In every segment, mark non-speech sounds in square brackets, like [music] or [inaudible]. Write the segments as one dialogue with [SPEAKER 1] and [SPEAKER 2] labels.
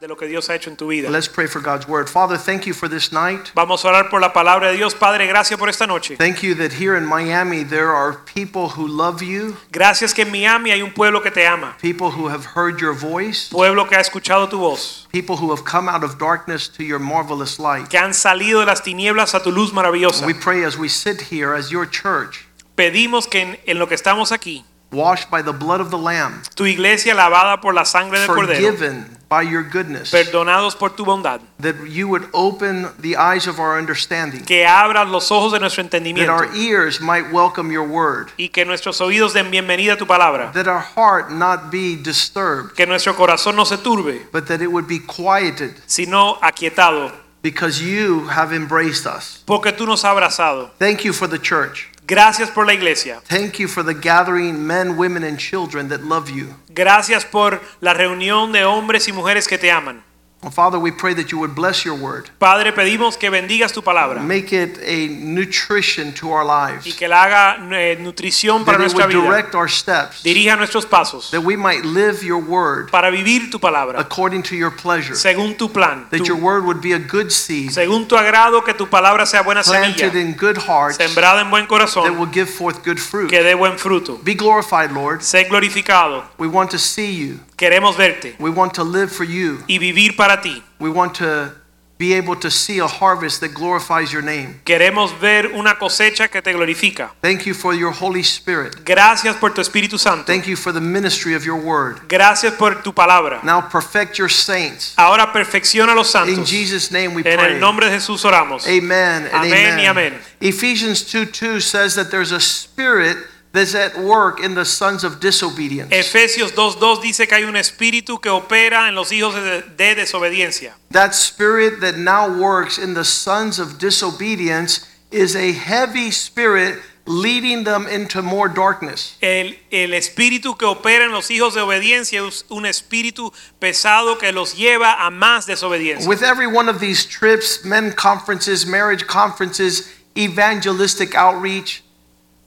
[SPEAKER 1] de lo que Dios ha hecho en tu vida.
[SPEAKER 2] Let's pray for God's word. Father, thank you for this night.
[SPEAKER 1] Vamos a orar por la palabra de Dios. Padre, gracias por esta noche.
[SPEAKER 2] Thank you that here in Miami there are people who love you,
[SPEAKER 1] Gracias que en Miami hay un pueblo que te ama,
[SPEAKER 2] people who have heard your voice,
[SPEAKER 1] pueblo que ha escuchado tu voz,
[SPEAKER 2] people who have come out of darkness to your marvelous light.
[SPEAKER 1] que han salido de las tinieblas a tu luz maravillosa.
[SPEAKER 2] We pray as we sit here as your church,
[SPEAKER 1] Pedimos que en, en lo que estamos aquí,
[SPEAKER 2] washed by the blood of the Lamb,
[SPEAKER 1] tu iglesia lavada por la sangre del Cordero,
[SPEAKER 2] forgiven by your goodness,
[SPEAKER 1] perdonados por tu bondad,
[SPEAKER 2] that you would open the eyes of our understanding,
[SPEAKER 1] que abras los ojos de nuestro
[SPEAKER 2] that
[SPEAKER 1] entendimiento
[SPEAKER 2] our ears might welcome your word,
[SPEAKER 1] y que nuestros oídos den bienvenida a tu palabra,
[SPEAKER 2] that our heart not be disturbed,
[SPEAKER 1] que nuestro corazón no se turbe,
[SPEAKER 2] but that it would be quieted
[SPEAKER 1] sino aquietado,
[SPEAKER 2] because you have embraced us.
[SPEAKER 1] porque tú nos has abrazado.
[SPEAKER 2] Thank you for the church.
[SPEAKER 1] Gracias por la iglesia.
[SPEAKER 2] Thank you for the gathering men, women, and children that love you.
[SPEAKER 1] Gracias por la reunión de hombres y mujeres que te aman.
[SPEAKER 2] And Father, we pray that you would bless your word.
[SPEAKER 1] Padre, pedimos que bendigas tu palabra
[SPEAKER 2] Make it a nutrition to our
[SPEAKER 1] y
[SPEAKER 2] lives.
[SPEAKER 1] que la haga eh, nutrición para
[SPEAKER 2] That it
[SPEAKER 1] nuestra
[SPEAKER 2] would
[SPEAKER 1] vida.
[SPEAKER 2] direct our steps.
[SPEAKER 1] Dirija nuestros pasos
[SPEAKER 2] That we might live your word
[SPEAKER 1] para vivir tu palabra
[SPEAKER 2] according to your pleasure.
[SPEAKER 1] según tu plan,
[SPEAKER 2] That
[SPEAKER 1] tu-
[SPEAKER 2] your word would be a good seed
[SPEAKER 1] según tu agrado, que tu palabra sea buena semilla,
[SPEAKER 2] planted in good hearts that
[SPEAKER 1] sembrada en buen corazón,
[SPEAKER 2] will give forth good fruit.
[SPEAKER 1] que dé buen fruto.
[SPEAKER 2] Be glorified, Lord.
[SPEAKER 1] Sé glorificado.
[SPEAKER 2] We want to see you.
[SPEAKER 1] Queremos verte
[SPEAKER 2] We want to live for you.
[SPEAKER 1] y vivir para ti.
[SPEAKER 2] We want to be able to see a harvest that glorifies your name.
[SPEAKER 1] Queremos ver una cosecha que te glorifica.
[SPEAKER 2] Thank you for your Holy Spirit.
[SPEAKER 1] Gracias por tu Espíritu Santo.
[SPEAKER 2] Thank you for the ministry of your word.
[SPEAKER 1] Gracias por tu palabra.
[SPEAKER 2] Now perfect your saints.
[SPEAKER 1] Ahora perfecciona a los
[SPEAKER 2] In
[SPEAKER 1] santos.
[SPEAKER 2] Jesus' name we
[SPEAKER 1] En el
[SPEAKER 2] pray.
[SPEAKER 1] nombre de Jesús oramos.
[SPEAKER 2] Amen and
[SPEAKER 1] Amén y
[SPEAKER 2] amen.
[SPEAKER 1] amén.
[SPEAKER 2] Ephesians 2 2 says that there's a spirit that's at work in the sons of disobedience.
[SPEAKER 1] Efesios 2.2 dice que hay un espíritu que opera en los hijos de, de desobediencia.
[SPEAKER 2] That spirit that now works in the sons of disobedience is a heavy spirit leading them into more darkness.
[SPEAKER 1] El, el espíritu que opera en los hijos de obediencia es un espíritu pesado que los lleva a más desobediencia.
[SPEAKER 2] With every one of these trips, men conferences, marriage conferences, evangelistic outreach,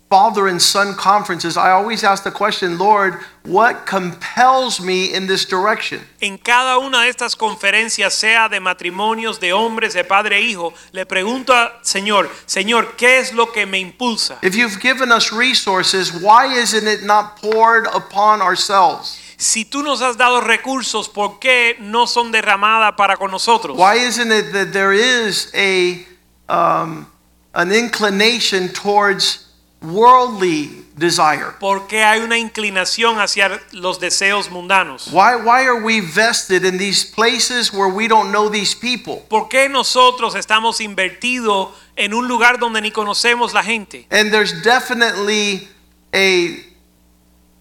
[SPEAKER 2] father and son conferences, I always ask the question, Lord, what compels me in this direction?
[SPEAKER 1] En cada una de estas conferencias, sea de matrimonios, de hombres, de padre e hijo, le pregunto al Señor, Señor, ¿qué es lo que me impulsa?
[SPEAKER 2] If you've given us resources, why isn't it not poured upon ourselves?
[SPEAKER 1] Si tú nos has dado recursos, ¿por qué no son derramadas para con nosotros?
[SPEAKER 2] Why isn't it that there is a um, an inclination towards worldly desire?
[SPEAKER 1] Porque hay una inclinación hacia los deseos mundanos.
[SPEAKER 2] Why, why are we vested in these places where we don't know these people?
[SPEAKER 1] ¿Por qué nosotros estamos invertidos en un lugar donde ni conocemos la gente?
[SPEAKER 2] And there's definitely a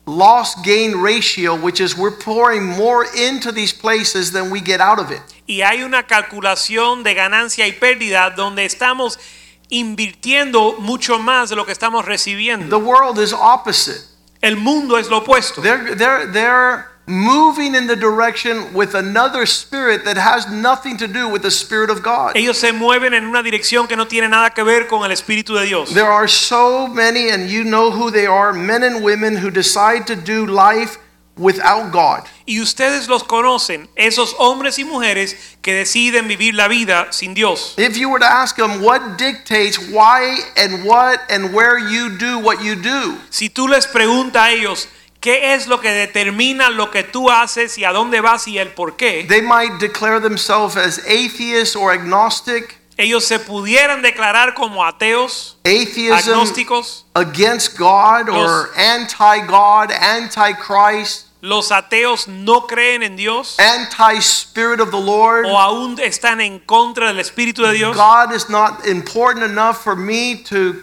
[SPEAKER 2] loss gain ratio, which is we're pouring more into these places than we get out of it.
[SPEAKER 1] Y hay una calculación de ganancia y pérdida donde estamos invirtiendo mucho más de lo que estamos recibiendo.
[SPEAKER 2] The world is opposite.
[SPEAKER 1] El mundo es lo opuesto.
[SPEAKER 2] They're, they're, they're moving in the direction with another spirit that has nothing to do with the Spirit of God.
[SPEAKER 1] Ellos se mueven en una dirección que no tiene nada que ver con el Espíritu de Dios.
[SPEAKER 2] There are so many, and you know who they are men and women who decide to do life without God.
[SPEAKER 1] Y ustedes los conocen, esos hombres y mujeres que deciden vivir la vida sin Dios.
[SPEAKER 2] If you were to ask them what dictates why and what and where you do what you do,
[SPEAKER 1] Si tú les preguntas a ellos qué es lo que determina lo que tú haces y a dónde vas y el por qué,
[SPEAKER 2] they might declare themselves as atheist or agnostic.
[SPEAKER 1] ellos se pudieran declarar como ateos,
[SPEAKER 2] Atheism
[SPEAKER 1] agnósticos.
[SPEAKER 2] against God
[SPEAKER 1] Los-
[SPEAKER 2] or anti God, anti Christ,
[SPEAKER 1] Los ateos no creen en Dios
[SPEAKER 2] anti Spirit of the Lord.
[SPEAKER 1] o aún están en contra del Espíritu de Dios.
[SPEAKER 2] God is not important enough for me to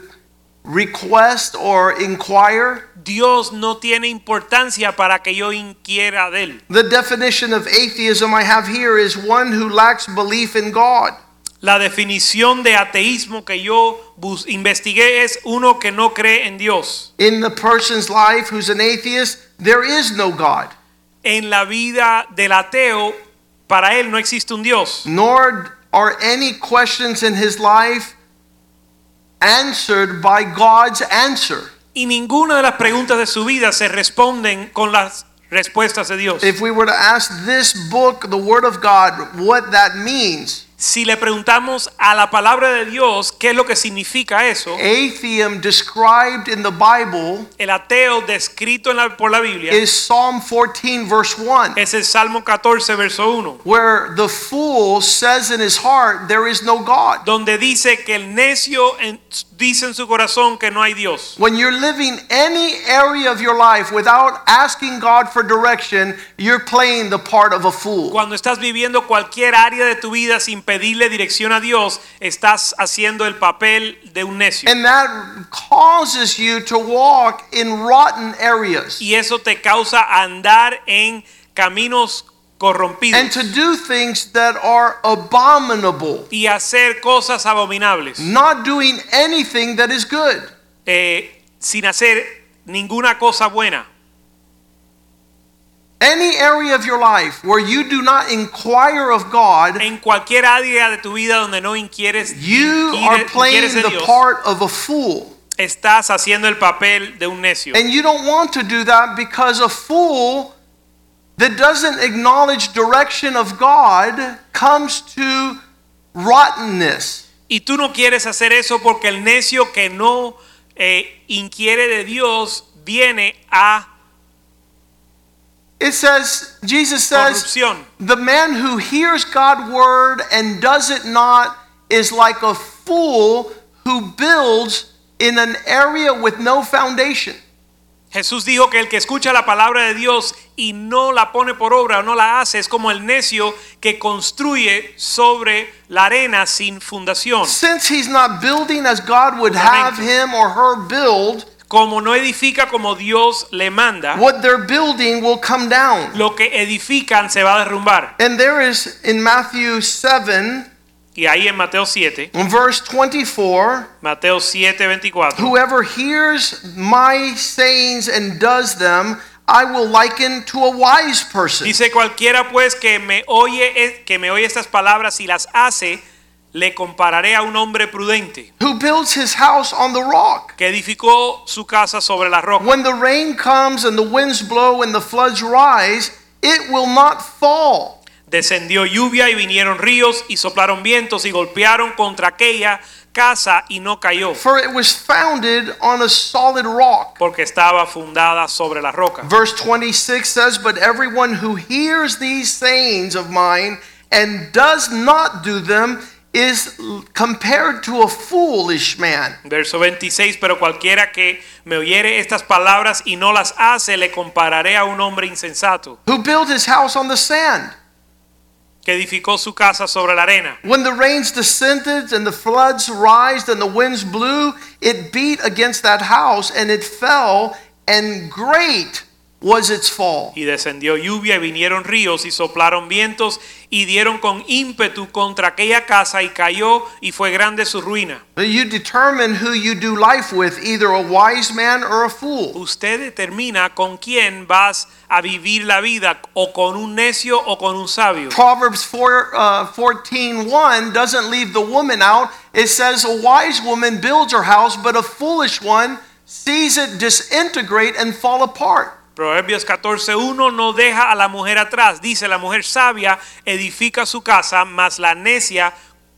[SPEAKER 2] request or inquire.
[SPEAKER 1] Dios no tiene importancia para que yo inquiera de él.
[SPEAKER 2] The definition of atheism I have here is one who lacks belief in God.
[SPEAKER 1] La definición de ateísmo que yo bus- investigué es uno que no cree en Dios.
[SPEAKER 2] In the person's life who's an atheist, there is no God,
[SPEAKER 1] En la vida del ateo, para él no existe un Dios.
[SPEAKER 2] nor are any questions in his life answered by God's answer.
[SPEAKER 1] Y ninguna de las preguntas de su vida se responden con las respuestas de Dios.
[SPEAKER 2] If we were to ask this book, the Word of God, what that means,
[SPEAKER 1] Si le preguntamos a la palabra de Dios qué es lo que significa eso,
[SPEAKER 2] Eh, atheism described in the Bible
[SPEAKER 1] el ateo descrito en la- por la Biblia
[SPEAKER 2] is Psalm 14, verse 1.
[SPEAKER 1] es el Salmo 14, verso 1,
[SPEAKER 2] where the fool says in his heart, There is no God.
[SPEAKER 1] donde dice que el necio en- dice en su corazón que no hay Dios.
[SPEAKER 2] When you're living any area of your life without asking God for direction, you're playing the part of a fool.
[SPEAKER 1] Cuando estás viviendo cualquier área de tu vida sin pedirle dirección a Dios, estás haciendo el papel de un necio.
[SPEAKER 2] And that causes you to walk in rotten areas
[SPEAKER 1] Y eso te causa andar en caminos
[SPEAKER 2] and to
[SPEAKER 1] corrompidos
[SPEAKER 2] do things that are abominable,
[SPEAKER 1] y hacer cosas abominables.
[SPEAKER 2] not doing anything that is good.
[SPEAKER 1] eh, sin hacer ninguna cosa buena.
[SPEAKER 2] Any area of your life where you do not inquire of God,
[SPEAKER 1] En cualquier área de tu vida donde no inquieres,
[SPEAKER 2] you
[SPEAKER 1] inquiere-
[SPEAKER 2] are playing
[SPEAKER 1] inquieres de
[SPEAKER 2] the
[SPEAKER 1] Dios,
[SPEAKER 2] part of a fool.
[SPEAKER 1] estás haciendo el papel de un necio.
[SPEAKER 2] And you don't want to do that because a fool that doesn't acknowledge direction of God comes to rottenness.
[SPEAKER 1] y tú no quieres hacer eso porque el necio que no eh, inquiere de Dios viene a
[SPEAKER 2] It says, Jesus says,
[SPEAKER 1] corrupción.
[SPEAKER 2] the man who hears God's word and does it not is like a fool who builds in an area with no foundation.
[SPEAKER 1] Jesús dijo que el que escucha la palabra de Dios y no la pone por obra o no la hace es como el necio que construye sobre la arena sin fundación.
[SPEAKER 2] Since he's not building as God would have him or her build,
[SPEAKER 1] Como no edifica como Dios le manda,
[SPEAKER 2] what they're building will come down.
[SPEAKER 1] lo que edifican se va a derrumbar.
[SPEAKER 2] And there is in Matthew 7,
[SPEAKER 1] Y ahí en Mateo 7,
[SPEAKER 2] verse 24,
[SPEAKER 1] Mateo 7, 24.
[SPEAKER 2] whoever hears my sayings and does them, I will liken to a wise person
[SPEAKER 1] Dice cualquiera pues que me oye eh, que me oye estas palabras y las hace, le compararé a un hombre prudente
[SPEAKER 2] who builds his house on the rock.
[SPEAKER 1] que edificó su casa sobre la roca.
[SPEAKER 2] When the rain comes and the winds blow and the floods rise, it will not fall.
[SPEAKER 1] Descendió lluvia y vinieron ríos y soplaron vientos y golpearon contra aquella casa y no cayó,
[SPEAKER 2] For it was founded on a solid rock.
[SPEAKER 1] porque estaba fundada sobre la roca.
[SPEAKER 2] Verse 26 says, But everyone who hears these sayings of mine and does not do them is l- compared to a foolish man
[SPEAKER 1] Verso 26, pero cualquiera que me oyere estas palabras y no las hace, le compararé a un hombre insensato
[SPEAKER 2] who built his house on the sand.
[SPEAKER 1] que edificó su casa sobre la arena.
[SPEAKER 2] When the rains descended and the floods rised and the winds blew, it beat against that house and it fell, and great was its fall.
[SPEAKER 1] Y descendió lluvia y vinieron ríos y soplaron vientos y dieron con ímpetu contra aquella casa y cayó y fue grande su ruina.
[SPEAKER 2] But you determine who you do life with, either a wise man or a fool.
[SPEAKER 1] Usted determina con quién vas a vivir la vida, o con un necio o con un sabio.
[SPEAKER 2] Proverbs 4, uh, 14 doesn't leave the woman out. It says, A wise woman builds her house, but a foolish one sees it disintegrate and fall apart.
[SPEAKER 1] Proverbios 14.1 no deja a la mujer atrás. Dice, la mujer sabia edifica su casa, mas la necia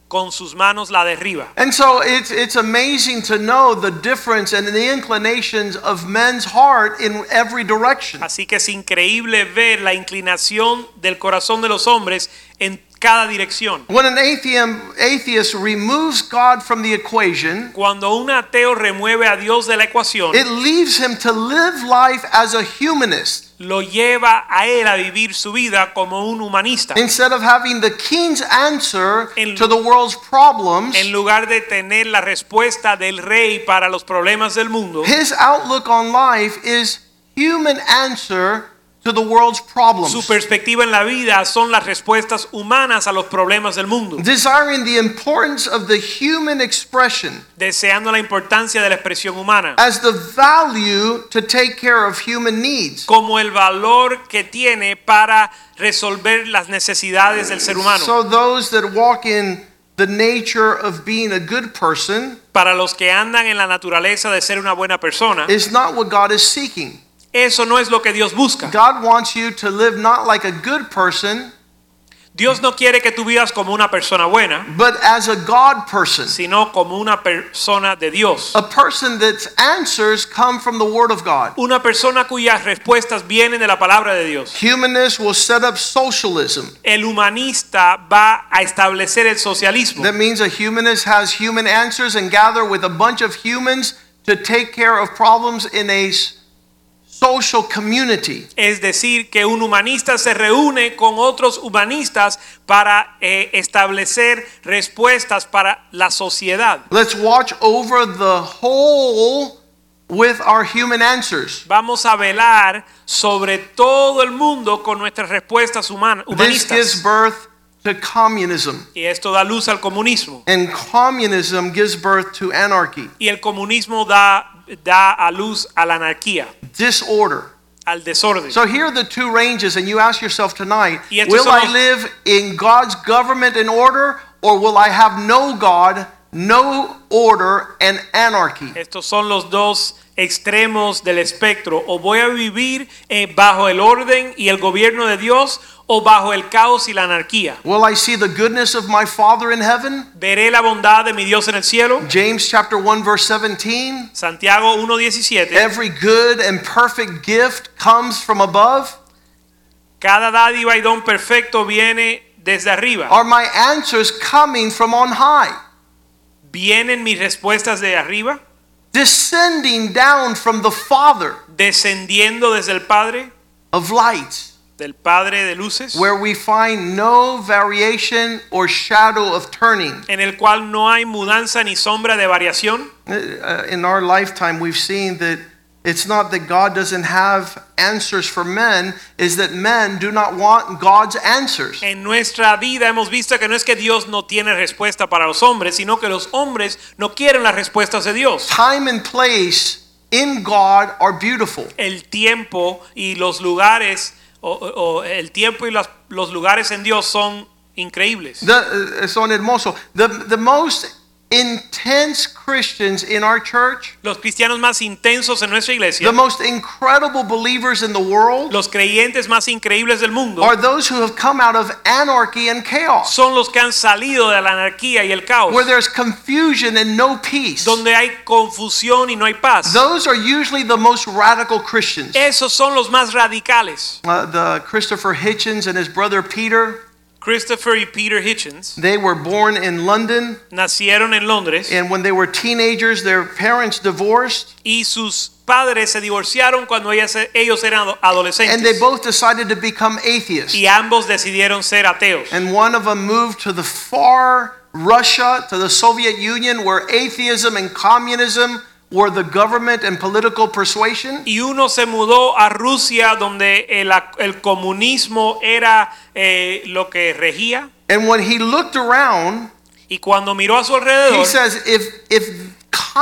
[SPEAKER 1] con sus manos la derriba.
[SPEAKER 2] And so it's, it's amazing to know the difference and the inclinations of men's heart in every direction.
[SPEAKER 1] Así que es increíble ver la inclinación del corazón de los hombres en cada dirección.
[SPEAKER 2] When an atheist, atheist removes God from the equation,
[SPEAKER 1] Cuando un ateo remueve a Dios de la ecuación,
[SPEAKER 2] it leaves him to live life as a humanist
[SPEAKER 1] lo lleva a él a vivir su vida como un humanista.
[SPEAKER 2] instead of having the king's answer
[SPEAKER 1] En-
[SPEAKER 2] to the world's problems.
[SPEAKER 1] En lugar de tener la respuesta del rey para los problemas del mundo,
[SPEAKER 2] His outlook on life is human answer to the world's problems.
[SPEAKER 1] Su perspectiva en la vida son las respuestas humanas a los problemas del mundo,
[SPEAKER 2] Desiring the importance of the human expression
[SPEAKER 1] deseando la importancia de la expresión humana
[SPEAKER 2] as the value to take care of human needs.
[SPEAKER 1] como el valor que tiene para resolver las necesidades del ser humano.
[SPEAKER 2] So those that walk in the nature of being a good person
[SPEAKER 1] Para los que andan en la naturaleza de ser una buena persona,
[SPEAKER 2] is not what God is seeking.
[SPEAKER 1] eso no es lo que Dios busca.
[SPEAKER 2] God wants you to live not like a good person,
[SPEAKER 1] Dios no quiere que tú vivas como una persona buena,
[SPEAKER 2] but as a God person.
[SPEAKER 1] sino como una persona de Dios.
[SPEAKER 2] A person that's answers come from the Word of God.
[SPEAKER 1] Una persona cuyas respuestas vienen de la palabra de Dios.
[SPEAKER 2] Humanists will set up socialism.
[SPEAKER 1] El humanista va a establecer el socialismo.
[SPEAKER 2] That means a humanist has human answers and gather with a bunch of humans to take care of problems in a s- social community.
[SPEAKER 1] Es decir, que un humanista se reúne con otros humanistas para eh, establecer respuestas para la sociedad.
[SPEAKER 2] Let's watch over the whole with our human answers.
[SPEAKER 1] Vamos a velar sobre todo el mundo con nuestras respuestas human-
[SPEAKER 2] This gives
[SPEAKER 1] humanistas.
[SPEAKER 2] birth to communism,
[SPEAKER 1] Y esto da luz al comunismo.
[SPEAKER 2] and communism gives birth to anarchy,
[SPEAKER 1] Y el comunismo da, da a luz a la anarquía,
[SPEAKER 2] disorder.
[SPEAKER 1] al desorden.
[SPEAKER 2] So here are the two ranges, and you ask yourself tonight
[SPEAKER 1] Y estos
[SPEAKER 2] will
[SPEAKER 1] son
[SPEAKER 2] I
[SPEAKER 1] los-
[SPEAKER 2] live in God's government and order, or will I have no God, no order, and anarchy?
[SPEAKER 1] Estos son los dos extremos del espectro. O voy a vivir eh, bajo el orden y el gobierno de Dios o bajo el caos y la anarquía.
[SPEAKER 2] Will I see the goodness of my Father in heaven?
[SPEAKER 1] Veré la bondad de mi Dios en el cielo.
[SPEAKER 2] James chapter 1 verse 17
[SPEAKER 1] Santiago 1.17.
[SPEAKER 2] Every good and perfect gift comes from above.
[SPEAKER 1] Cada dádiva y don perfecto viene desde arriba.
[SPEAKER 2] Are my answers coming from on high?
[SPEAKER 1] Vienen mis respuestas de arriba,
[SPEAKER 2] Descending down from the Father
[SPEAKER 1] descendiendo desde el Padre,
[SPEAKER 2] of lights,
[SPEAKER 1] del Padre de luces,
[SPEAKER 2] where we find no variation or shadow of turning.
[SPEAKER 1] en el cual no hay mudanza ni sombra de variación.
[SPEAKER 2] Uh, In our lifetime, we've seen that it's not that God doesn't have answers for men, is that men do not want God's answers.
[SPEAKER 1] En nuestra vida hemos visto que no es que Dios no tiene respuesta para los hombres, sino que los hombres no quieren las respuestas de Dios.
[SPEAKER 2] Time and place in God are beautiful.
[SPEAKER 1] El tiempo y los lugares, o, o- o el tiempo y las- los lugares en Dios son increíbles.
[SPEAKER 2] The, uh, son hermoso. The, the most intense Christians in our church,
[SPEAKER 1] Los cristianos más intensos en nuestra iglesia,
[SPEAKER 2] the most incredible believers in the world,
[SPEAKER 1] los creyentes más increíbles del mundo,
[SPEAKER 2] are those who have come out of anarchy and chaos,
[SPEAKER 1] son los que han salido de la anarquía y el caos,
[SPEAKER 2] where there's confusion and no peace.
[SPEAKER 1] donde hay confusión y no hay paz.
[SPEAKER 2] Those are usually the most radical Christians.
[SPEAKER 1] Esos son los más radicales.
[SPEAKER 2] Uh, the Christopher Hitchens and his brother Peter,
[SPEAKER 1] Christopher y Peter Hitchens
[SPEAKER 2] they were born in London,
[SPEAKER 1] nacieron en Londres.
[SPEAKER 2] and when they were teenagers, their parents divorced,
[SPEAKER 1] y sus padres se divorciaron cuando ellas- ellos eran ado-
[SPEAKER 2] and they
[SPEAKER 1] adolescentes
[SPEAKER 2] both decided to become atheists.
[SPEAKER 1] y ambos decidieron ser ateos.
[SPEAKER 2] And one of them moved to the far Russia, to the Soviet Union, where atheism and communism were the government and political persuasion.
[SPEAKER 1] Y uno se mudó a Rusia donde el, ac- el comunismo era eh, lo que regía
[SPEAKER 2] And when he looked around,
[SPEAKER 1] y cuando miró a su
[SPEAKER 2] he
[SPEAKER 1] alrededor,
[SPEAKER 2] says, if, if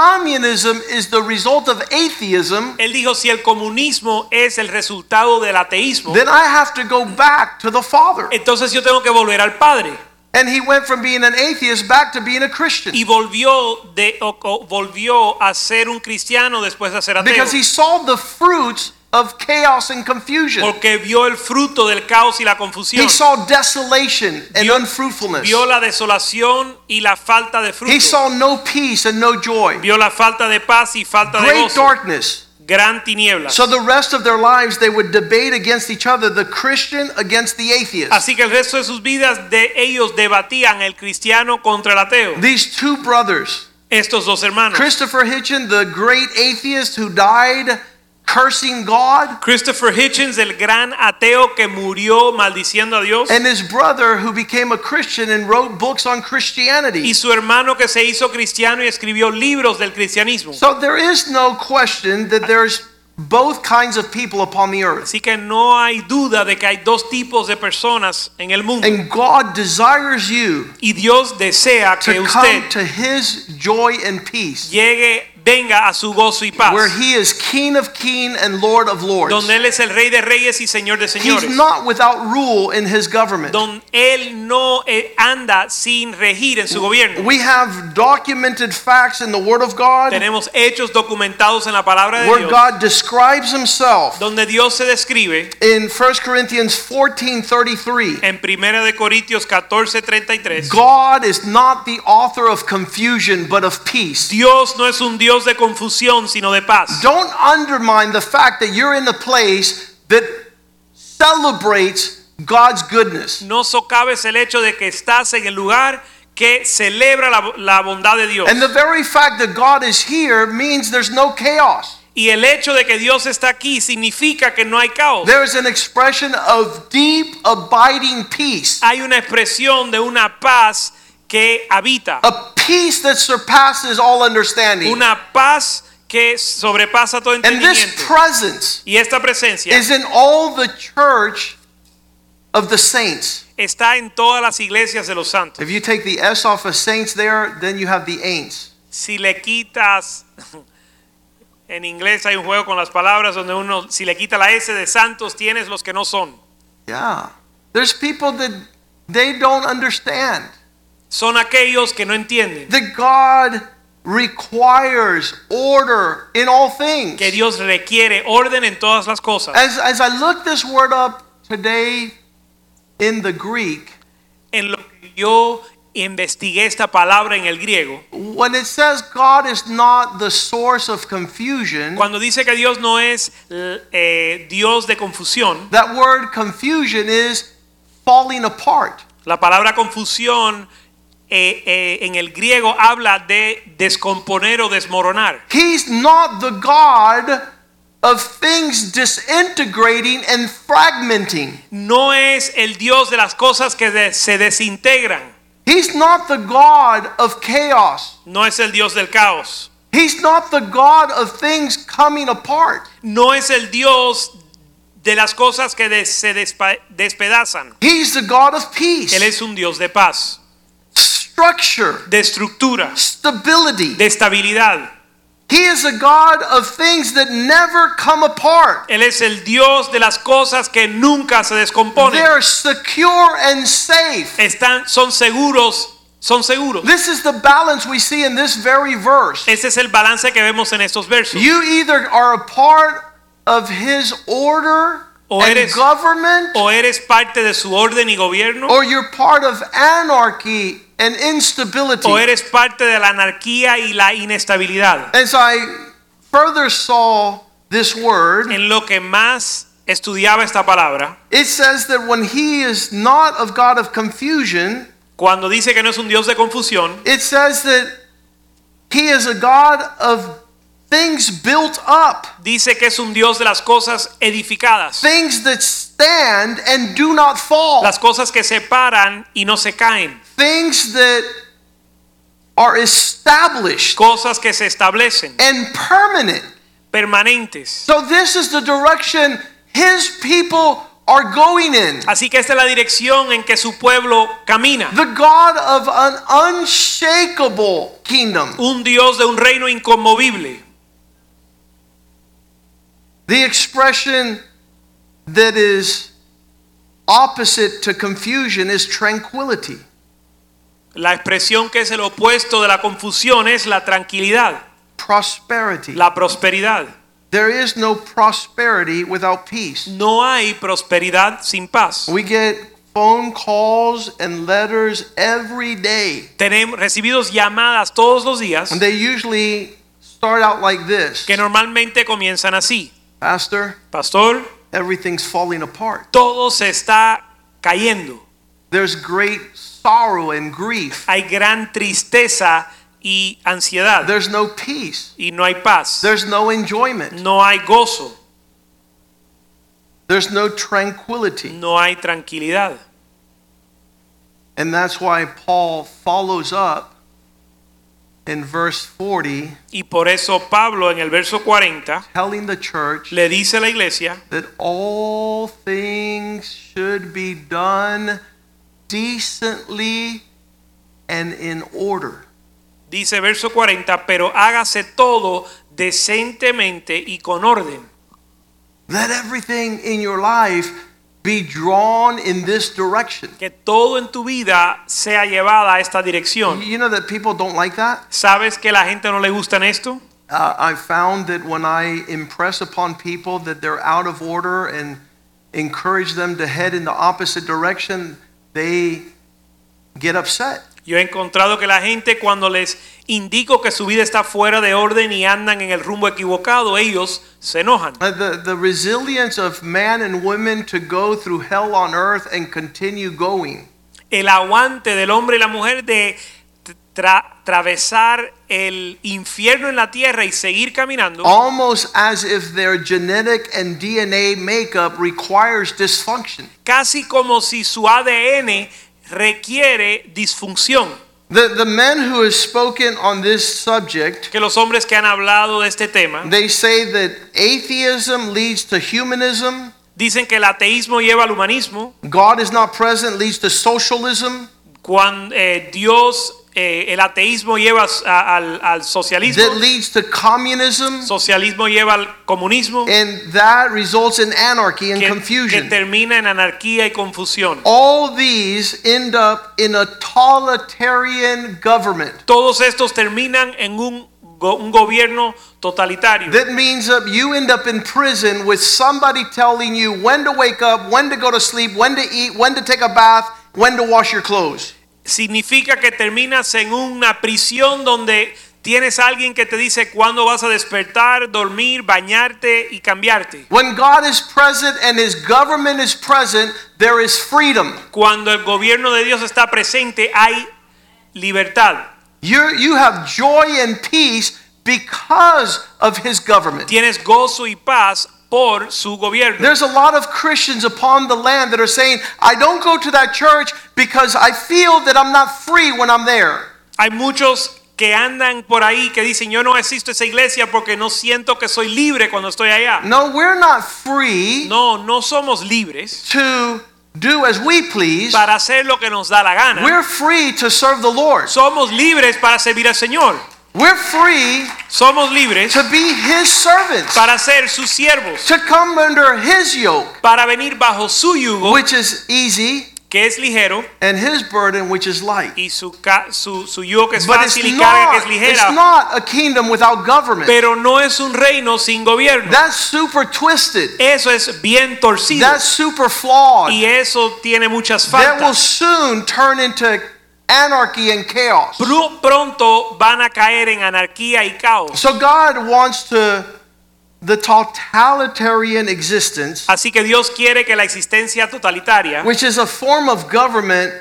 [SPEAKER 2] communism is the result of atheism,
[SPEAKER 1] él dijo, si el comunismo es el resultado del ateísmo,
[SPEAKER 2] then I have to go back to the Father.
[SPEAKER 1] entonces yo tengo que volver al Padre.
[SPEAKER 2] And he went from being an atheist back to being a Christian
[SPEAKER 1] Y volvió, de, o- o- volvió a ser un cristiano después de ser ateo.
[SPEAKER 2] because he saw the fruits of chaos and confusion.
[SPEAKER 1] Porque vio el fruto del caos y la confusión.
[SPEAKER 2] He saw desolation and
[SPEAKER 1] Vio-
[SPEAKER 2] unfruitfulness.
[SPEAKER 1] vio la desolación y la falta de fruto.
[SPEAKER 2] He saw no peace and no joy.
[SPEAKER 1] vio la falta de paz y falta de
[SPEAKER 2] Great
[SPEAKER 1] gozo.
[SPEAKER 2] darkness.
[SPEAKER 1] Gran tiniebla.
[SPEAKER 2] So the rest of their lives they would debate against each other, the Christian against the atheist.
[SPEAKER 1] Así que el resto de sus vidas de ellos debatían el cristiano contra el ateo.
[SPEAKER 2] These two brothers,
[SPEAKER 1] Estos dos hermanos.
[SPEAKER 2] Christopher Hitchin, the great atheist who died cursing God,
[SPEAKER 1] Christopher Hitchens, el gran ateo que murió maldiciendo a Dios,
[SPEAKER 2] and his brother who became a Christian and wrote books on Christianity.
[SPEAKER 1] y su hermano que se hizo cristiano y escribió libros del cristianismo.
[SPEAKER 2] So there is no question that there's both kinds of people upon the earth.
[SPEAKER 1] Así que no hay duda de que hay dos tipos de personas en el mundo.
[SPEAKER 2] And God desires you
[SPEAKER 1] Y Dios desea que
[SPEAKER 2] to come
[SPEAKER 1] usted
[SPEAKER 2] to His joy and peace,
[SPEAKER 1] llegue, venga a su gozo y paz.
[SPEAKER 2] where He is King of King and Lord of Lords.
[SPEAKER 1] Donde Él es el Rey de Reyes y Señor de Señores.
[SPEAKER 2] He's not without rule in His government.
[SPEAKER 1] Donde Él no eh, anda sin regir en su gobierno.
[SPEAKER 2] We have documented facts in the Word of God
[SPEAKER 1] Tenemos hechos documentados en la palabra de
[SPEAKER 2] where
[SPEAKER 1] Dios.
[SPEAKER 2] God describes Himself
[SPEAKER 1] Donde Dios se describe
[SPEAKER 2] in 1 Corinthians 14 33.
[SPEAKER 1] en 1 de Corintios 14:33.
[SPEAKER 2] God is not the author of confusion, but of peace.
[SPEAKER 1] Dios no es un Dios de confusión, sino de paz.
[SPEAKER 2] Don't undermine the fact that you're in a place that celebrates God's goodness.
[SPEAKER 1] No socaves el hecho de que estás en el lugar que celebra la, la bondad de Dios.
[SPEAKER 2] And the very fact that God is here means there's no chaos.
[SPEAKER 1] Y el hecho de que Dios está aquí significa que no hay caos.
[SPEAKER 2] There is an expression of deep, abiding peace,
[SPEAKER 1] Hay una expresión de una paz que habita.
[SPEAKER 2] a peace that surpasses all understanding.
[SPEAKER 1] Una paz que sobrepasa todo
[SPEAKER 2] And this
[SPEAKER 1] entendimiento.
[SPEAKER 2] presence
[SPEAKER 1] Y esta presencia
[SPEAKER 2] is in all the church of the saints.
[SPEAKER 1] está en todas las iglesias de los santos.
[SPEAKER 2] If you take the S off of saints there, then you have the ain'ts.
[SPEAKER 1] Si le quitas, en inglés hay un juego con las palabras donde uno, si le quita la S de santos, tienes los que no son.
[SPEAKER 2] Yeah. There's people that they don't understand
[SPEAKER 1] Son aquellos que no entienden
[SPEAKER 2] that God requires order in all things.
[SPEAKER 1] que Dios requiere orden en todas las cosas.
[SPEAKER 2] As, as I look this word up today in the Greek,
[SPEAKER 1] En lo que yo investigué esta palabra en el griego,
[SPEAKER 2] when it says God is not the source of confusion,
[SPEAKER 1] Cuando dice que Dios no es l- eh, Dios de confusión,
[SPEAKER 2] that word confusion is falling apart.
[SPEAKER 1] la palabra confusión eh, eh, en el griego habla de descomponer o desmoronar.
[SPEAKER 2] He's not the God of things disintegrating and fragmenting.
[SPEAKER 1] No es el Dios de las cosas que de- se desintegran.
[SPEAKER 2] He's not the God of chaos.
[SPEAKER 1] No es el Dios del caos.
[SPEAKER 2] He's not the God of things coming apart.
[SPEAKER 1] No es el Dios de las cosas que de- se despa- despedazan.
[SPEAKER 2] He's the God of
[SPEAKER 1] Él
[SPEAKER 2] peace,
[SPEAKER 1] es un Dios de paz,
[SPEAKER 2] structure,
[SPEAKER 1] de estructura,
[SPEAKER 2] stability.
[SPEAKER 1] de estabilidad.
[SPEAKER 2] He is a God of things that never come apart.
[SPEAKER 1] Él es el Dios de las cosas que nunca se descomponen.
[SPEAKER 2] They're secure and safe.
[SPEAKER 1] están, son seguros, son seguros.
[SPEAKER 2] This is the balance we see in this very verse.
[SPEAKER 1] Ese es el balance que vemos en estos versos.
[SPEAKER 2] You either are a part of his order
[SPEAKER 1] O
[SPEAKER 2] and
[SPEAKER 1] eres-
[SPEAKER 2] government,
[SPEAKER 1] O eres parte de su orden y gobierno,
[SPEAKER 2] or you're part of anarchy and instability.
[SPEAKER 1] o eres parte de la anarquía y la inestabilidad.
[SPEAKER 2] As I further saw this word,
[SPEAKER 1] En lo que más estudiaba esta palabra,
[SPEAKER 2] it says that when he is not of God of confusion,
[SPEAKER 1] cuando dice que no es un Dios de confusión,
[SPEAKER 2] it says that he is a God of things built up,
[SPEAKER 1] dice que es un Dios de las cosas edificadas,
[SPEAKER 2] things that stand and do not fall,
[SPEAKER 1] las cosas que se paran y no se caen,
[SPEAKER 2] things that are established
[SPEAKER 1] cosas que se establecen,
[SPEAKER 2] and permanent.
[SPEAKER 1] permanentes.
[SPEAKER 2] So, this is the direction his people are going in.
[SPEAKER 1] Así que esta es la dirección en que su pueblo camina.
[SPEAKER 2] The God of an unshakable kingdom.
[SPEAKER 1] un Dios de un reino inconmovible.
[SPEAKER 2] The expression that is opposite to confusion is tranquility.
[SPEAKER 1] La expresión que es el opuesto de la confusión es la tranquilidad,
[SPEAKER 2] Prosperity.
[SPEAKER 1] la prosperidad.
[SPEAKER 2] There is no prosperity without peace.
[SPEAKER 1] No hay prosperidad sin paz.
[SPEAKER 2] We get phone calls and letters every day.
[SPEAKER 1] Tenemos recibidos llamadas todos los días
[SPEAKER 2] And they usually start out like this
[SPEAKER 1] que normalmente comienzan así.
[SPEAKER 2] Pastor,
[SPEAKER 1] Pastor,
[SPEAKER 2] everything's falling apart.
[SPEAKER 1] todo se está cayendo.
[SPEAKER 2] There's great sorrow and grief.
[SPEAKER 1] Hay gran tristeza y ansiedad
[SPEAKER 2] There's no peace.
[SPEAKER 1] y no hay paz.
[SPEAKER 2] There's no enjoyment.
[SPEAKER 1] No hay gozo,
[SPEAKER 2] There's no tranquility.
[SPEAKER 1] no hay tranquilidad.
[SPEAKER 2] And that's why Paul follows up in verse 40,
[SPEAKER 1] Y por eso Pablo en el verso 40
[SPEAKER 2] telling the church
[SPEAKER 1] le dice a la iglesia
[SPEAKER 2] that all things should be done decently and in order.
[SPEAKER 1] Dice verso 40, pero hágase todo decentemente y con orden.
[SPEAKER 2] Let everything in your life be drawn in this direction.
[SPEAKER 1] Que todo en tu vida sea llevada a esta dirección.
[SPEAKER 2] You know that people don't like that?
[SPEAKER 1] ¿Sabes que la gente no le gusta en esto?
[SPEAKER 2] Uh, I found that when I impress upon people that they're out of order and encourage them to head in the opposite direction, they get upset.
[SPEAKER 1] Yo he encontrado que la gente cuando les indico que su vida está fuera de orden y andan en el rumbo equivocado, ellos se enojan.
[SPEAKER 2] Uh, the, the resilience of man and women to go through hell on earth and continue going.
[SPEAKER 1] El aguante del hombre y la mujer de tra- atravesar el infierno en la tierra y seguir caminando.
[SPEAKER 2] Oh. Almost as if their genetic and DNA makeup requires dysfunction.
[SPEAKER 1] casi como si su ADN requiere disfunción.
[SPEAKER 2] The, the men who have spoken on this subject,
[SPEAKER 1] Que los hombres que han hablado de este tema
[SPEAKER 2] they say that atheism leads to humanism,
[SPEAKER 1] dicen que el ateísmo lleva al humanismo,
[SPEAKER 2] God is not present leads to socialism,
[SPEAKER 1] cuando Dios, eh, el ateísmo lleva a- al, al socialismo,
[SPEAKER 2] that leads to communism,
[SPEAKER 1] socialismo lleva al comunismo,
[SPEAKER 2] and that results in anarchy and
[SPEAKER 1] que, que
[SPEAKER 2] confusion.
[SPEAKER 1] termina en anarquía y confusión.
[SPEAKER 2] All these end up in a totalitarian government.
[SPEAKER 1] Todos estos terminan en un, go- un gobierno totalitario.
[SPEAKER 2] That means that you end up in prison with somebody telling you when to wake up, when to go to sleep, when to eat, when to take a bath, when to wash your clothes.
[SPEAKER 1] significa que terminas en una prisión donde tienes a alguien que te dice cuándo vas a despertar, dormir, bañarte y cambiarte.
[SPEAKER 2] When God is present and his government is present, there is freedom.
[SPEAKER 1] Cuando el gobierno de Dios está presente hay libertad.
[SPEAKER 2] you you have joy and peace because of his government.
[SPEAKER 1] Tienes gozo y paz por su gobierno.
[SPEAKER 2] There's a lot of Christians upon the land that are saying, I don't go to that church because I feel that I'm not free when I'm there.
[SPEAKER 1] Hay muchos que andan por ahí que dicen yo no existo a esa iglesia porque no siento que soy libre cuando estoy allá.
[SPEAKER 2] No, we're not free
[SPEAKER 1] No, no somos libres
[SPEAKER 2] to do as we please.
[SPEAKER 1] para hacer lo que nos da la gana.
[SPEAKER 2] We're free to serve the Lord.
[SPEAKER 1] Somos libres para servir al Señor.
[SPEAKER 2] We're free
[SPEAKER 1] Somos libres
[SPEAKER 2] to be his servants,
[SPEAKER 1] para ser sus siervos,
[SPEAKER 2] to come under his yoke,
[SPEAKER 1] para venir bajo su yugo,
[SPEAKER 2] which is easy,
[SPEAKER 1] que es ligero,
[SPEAKER 2] and his burden, which is light.
[SPEAKER 1] y su, ca- su, su yugo que es
[SPEAKER 2] But it's
[SPEAKER 1] fácil y carga que
[SPEAKER 2] not,
[SPEAKER 1] es
[SPEAKER 2] it's
[SPEAKER 1] ligera,
[SPEAKER 2] not a kingdom without government.
[SPEAKER 1] pero no es un reino sin gobierno.
[SPEAKER 2] That's super twisted.
[SPEAKER 1] Eso es bien torcido
[SPEAKER 2] That's super flawed.
[SPEAKER 1] y eso tiene muchas
[SPEAKER 2] That will
[SPEAKER 1] faltas.
[SPEAKER 2] soon turn into anarchy and chaos.
[SPEAKER 1] Pru- Pronto van a caer en anarquía y caos.
[SPEAKER 2] So God wants to the totalitarian existence,
[SPEAKER 1] Así que Dios quiere que la existencia totalitaria,
[SPEAKER 2] which is a form of government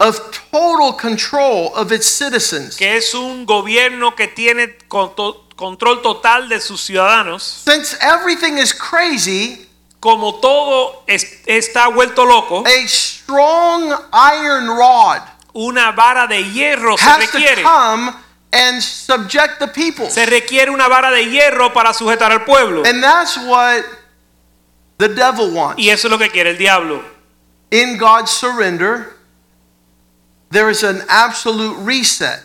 [SPEAKER 2] of total control of its citizens.
[SPEAKER 1] que es un gobierno que tiene conto- control total de sus ciudadanos,
[SPEAKER 2] Since everything is crazy,
[SPEAKER 1] como todo es- está vuelto loco,
[SPEAKER 2] a strong iron rod
[SPEAKER 1] una vara de hierro se
[SPEAKER 2] has to
[SPEAKER 1] requiere.
[SPEAKER 2] come and subject the people.
[SPEAKER 1] Se requiere una vara de hierro para sujetar al pueblo.
[SPEAKER 2] And that's what the devil wants.
[SPEAKER 1] Y eso es lo que quiere el diablo.
[SPEAKER 2] In God's surrender, there is an absolute reset.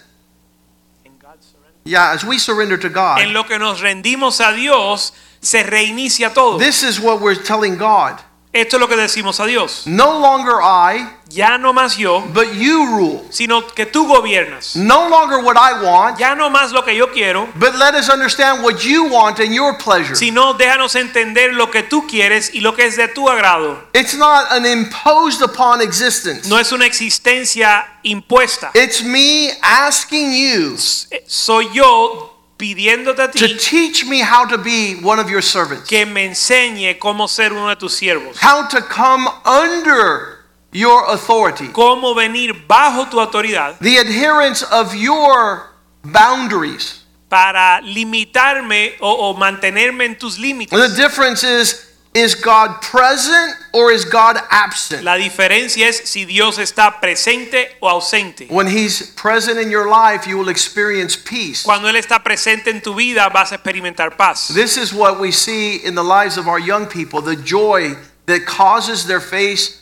[SPEAKER 2] Yeah, as we surrender to
[SPEAKER 1] En
[SPEAKER 2] God,
[SPEAKER 1] lo que nos rendimos a Dios, se reinicia todo.
[SPEAKER 2] this is what we're telling God.
[SPEAKER 1] Esto es lo que decimos a Dios.
[SPEAKER 2] No longer I,
[SPEAKER 1] Ya no más yo,
[SPEAKER 2] but you rule.
[SPEAKER 1] sino que tú gobiernas.
[SPEAKER 2] No longer what I want,
[SPEAKER 1] Ya no más lo que yo quiero,
[SPEAKER 2] but let us understand what you want and your pleasure.
[SPEAKER 1] sino déjanos entender lo que tú quieres y lo que es de tu agrado.
[SPEAKER 2] It's not an imposed upon existence.
[SPEAKER 1] No es una existencia impuesta.
[SPEAKER 2] It's me asking you
[SPEAKER 1] Eh, Soy yo pidiéndote a
[SPEAKER 2] to
[SPEAKER 1] ti
[SPEAKER 2] teach me how to be one of your servants.
[SPEAKER 1] que me enseñe cómo ser uno de tus siervos.
[SPEAKER 2] how to come under your authority,
[SPEAKER 1] cómo venir bajo tu autoridad
[SPEAKER 2] the adherence of your boundaries.
[SPEAKER 1] para limitarme o, o mantenerme en tus
[SPEAKER 2] The
[SPEAKER 1] límites.
[SPEAKER 2] difference is Is God present or is God absent?
[SPEAKER 1] La diferencia es si Dios está presente o ausente.
[SPEAKER 2] When He's present in your life, you will experience peace.
[SPEAKER 1] Cuando Él está presente en tu vida vas a experimentar paz.
[SPEAKER 2] This is what we see in the lives of our young people the joy that causes their face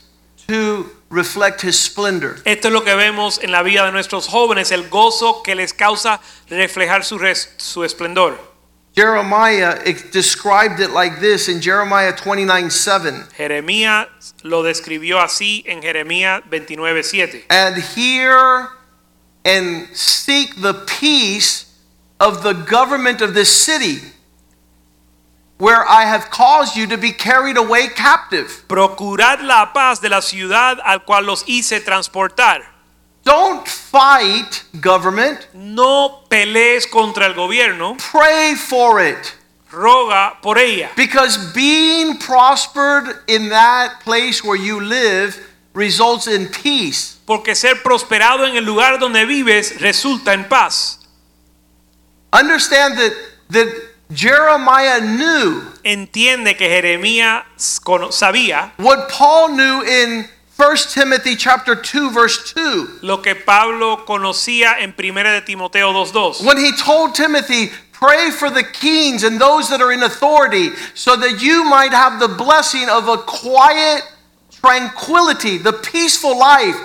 [SPEAKER 2] to reflect His splendor.
[SPEAKER 1] Esto es lo que vemos en la vida de nuestros jóvenes, el gozo que les causa reflejar su, res- su esplendor.
[SPEAKER 2] Jeremiah it described it like this in Jeremiah 29 7.
[SPEAKER 1] Jeremías lo describió así en Jeremías 29:7.
[SPEAKER 2] And hear and seek the peace of the government of this city, where I have caused you to be carried away captive.
[SPEAKER 1] Procurad la paz de la ciudad al cual los hice transportar.
[SPEAKER 2] Don't fight government,
[SPEAKER 1] No pelees contra el gobierno,
[SPEAKER 2] pray for it.
[SPEAKER 1] roga por ella.
[SPEAKER 2] Because being prospered in that place where you live results in peace.
[SPEAKER 1] Porque ser prosperado en el lugar donde vives resulta en paz.
[SPEAKER 2] Understand that, that Jeremiah knew
[SPEAKER 1] Entiende que Jeremías cono- sabía
[SPEAKER 2] what Paul knew in 1 Timothy chapter 2 verse 2
[SPEAKER 1] lo que Pablo conocía en 1 de Timoteo 2:2.
[SPEAKER 2] when he told Timothy pray for the kings and those that are in authority so that you might have the blessing of a quiet tranquility the peaceful life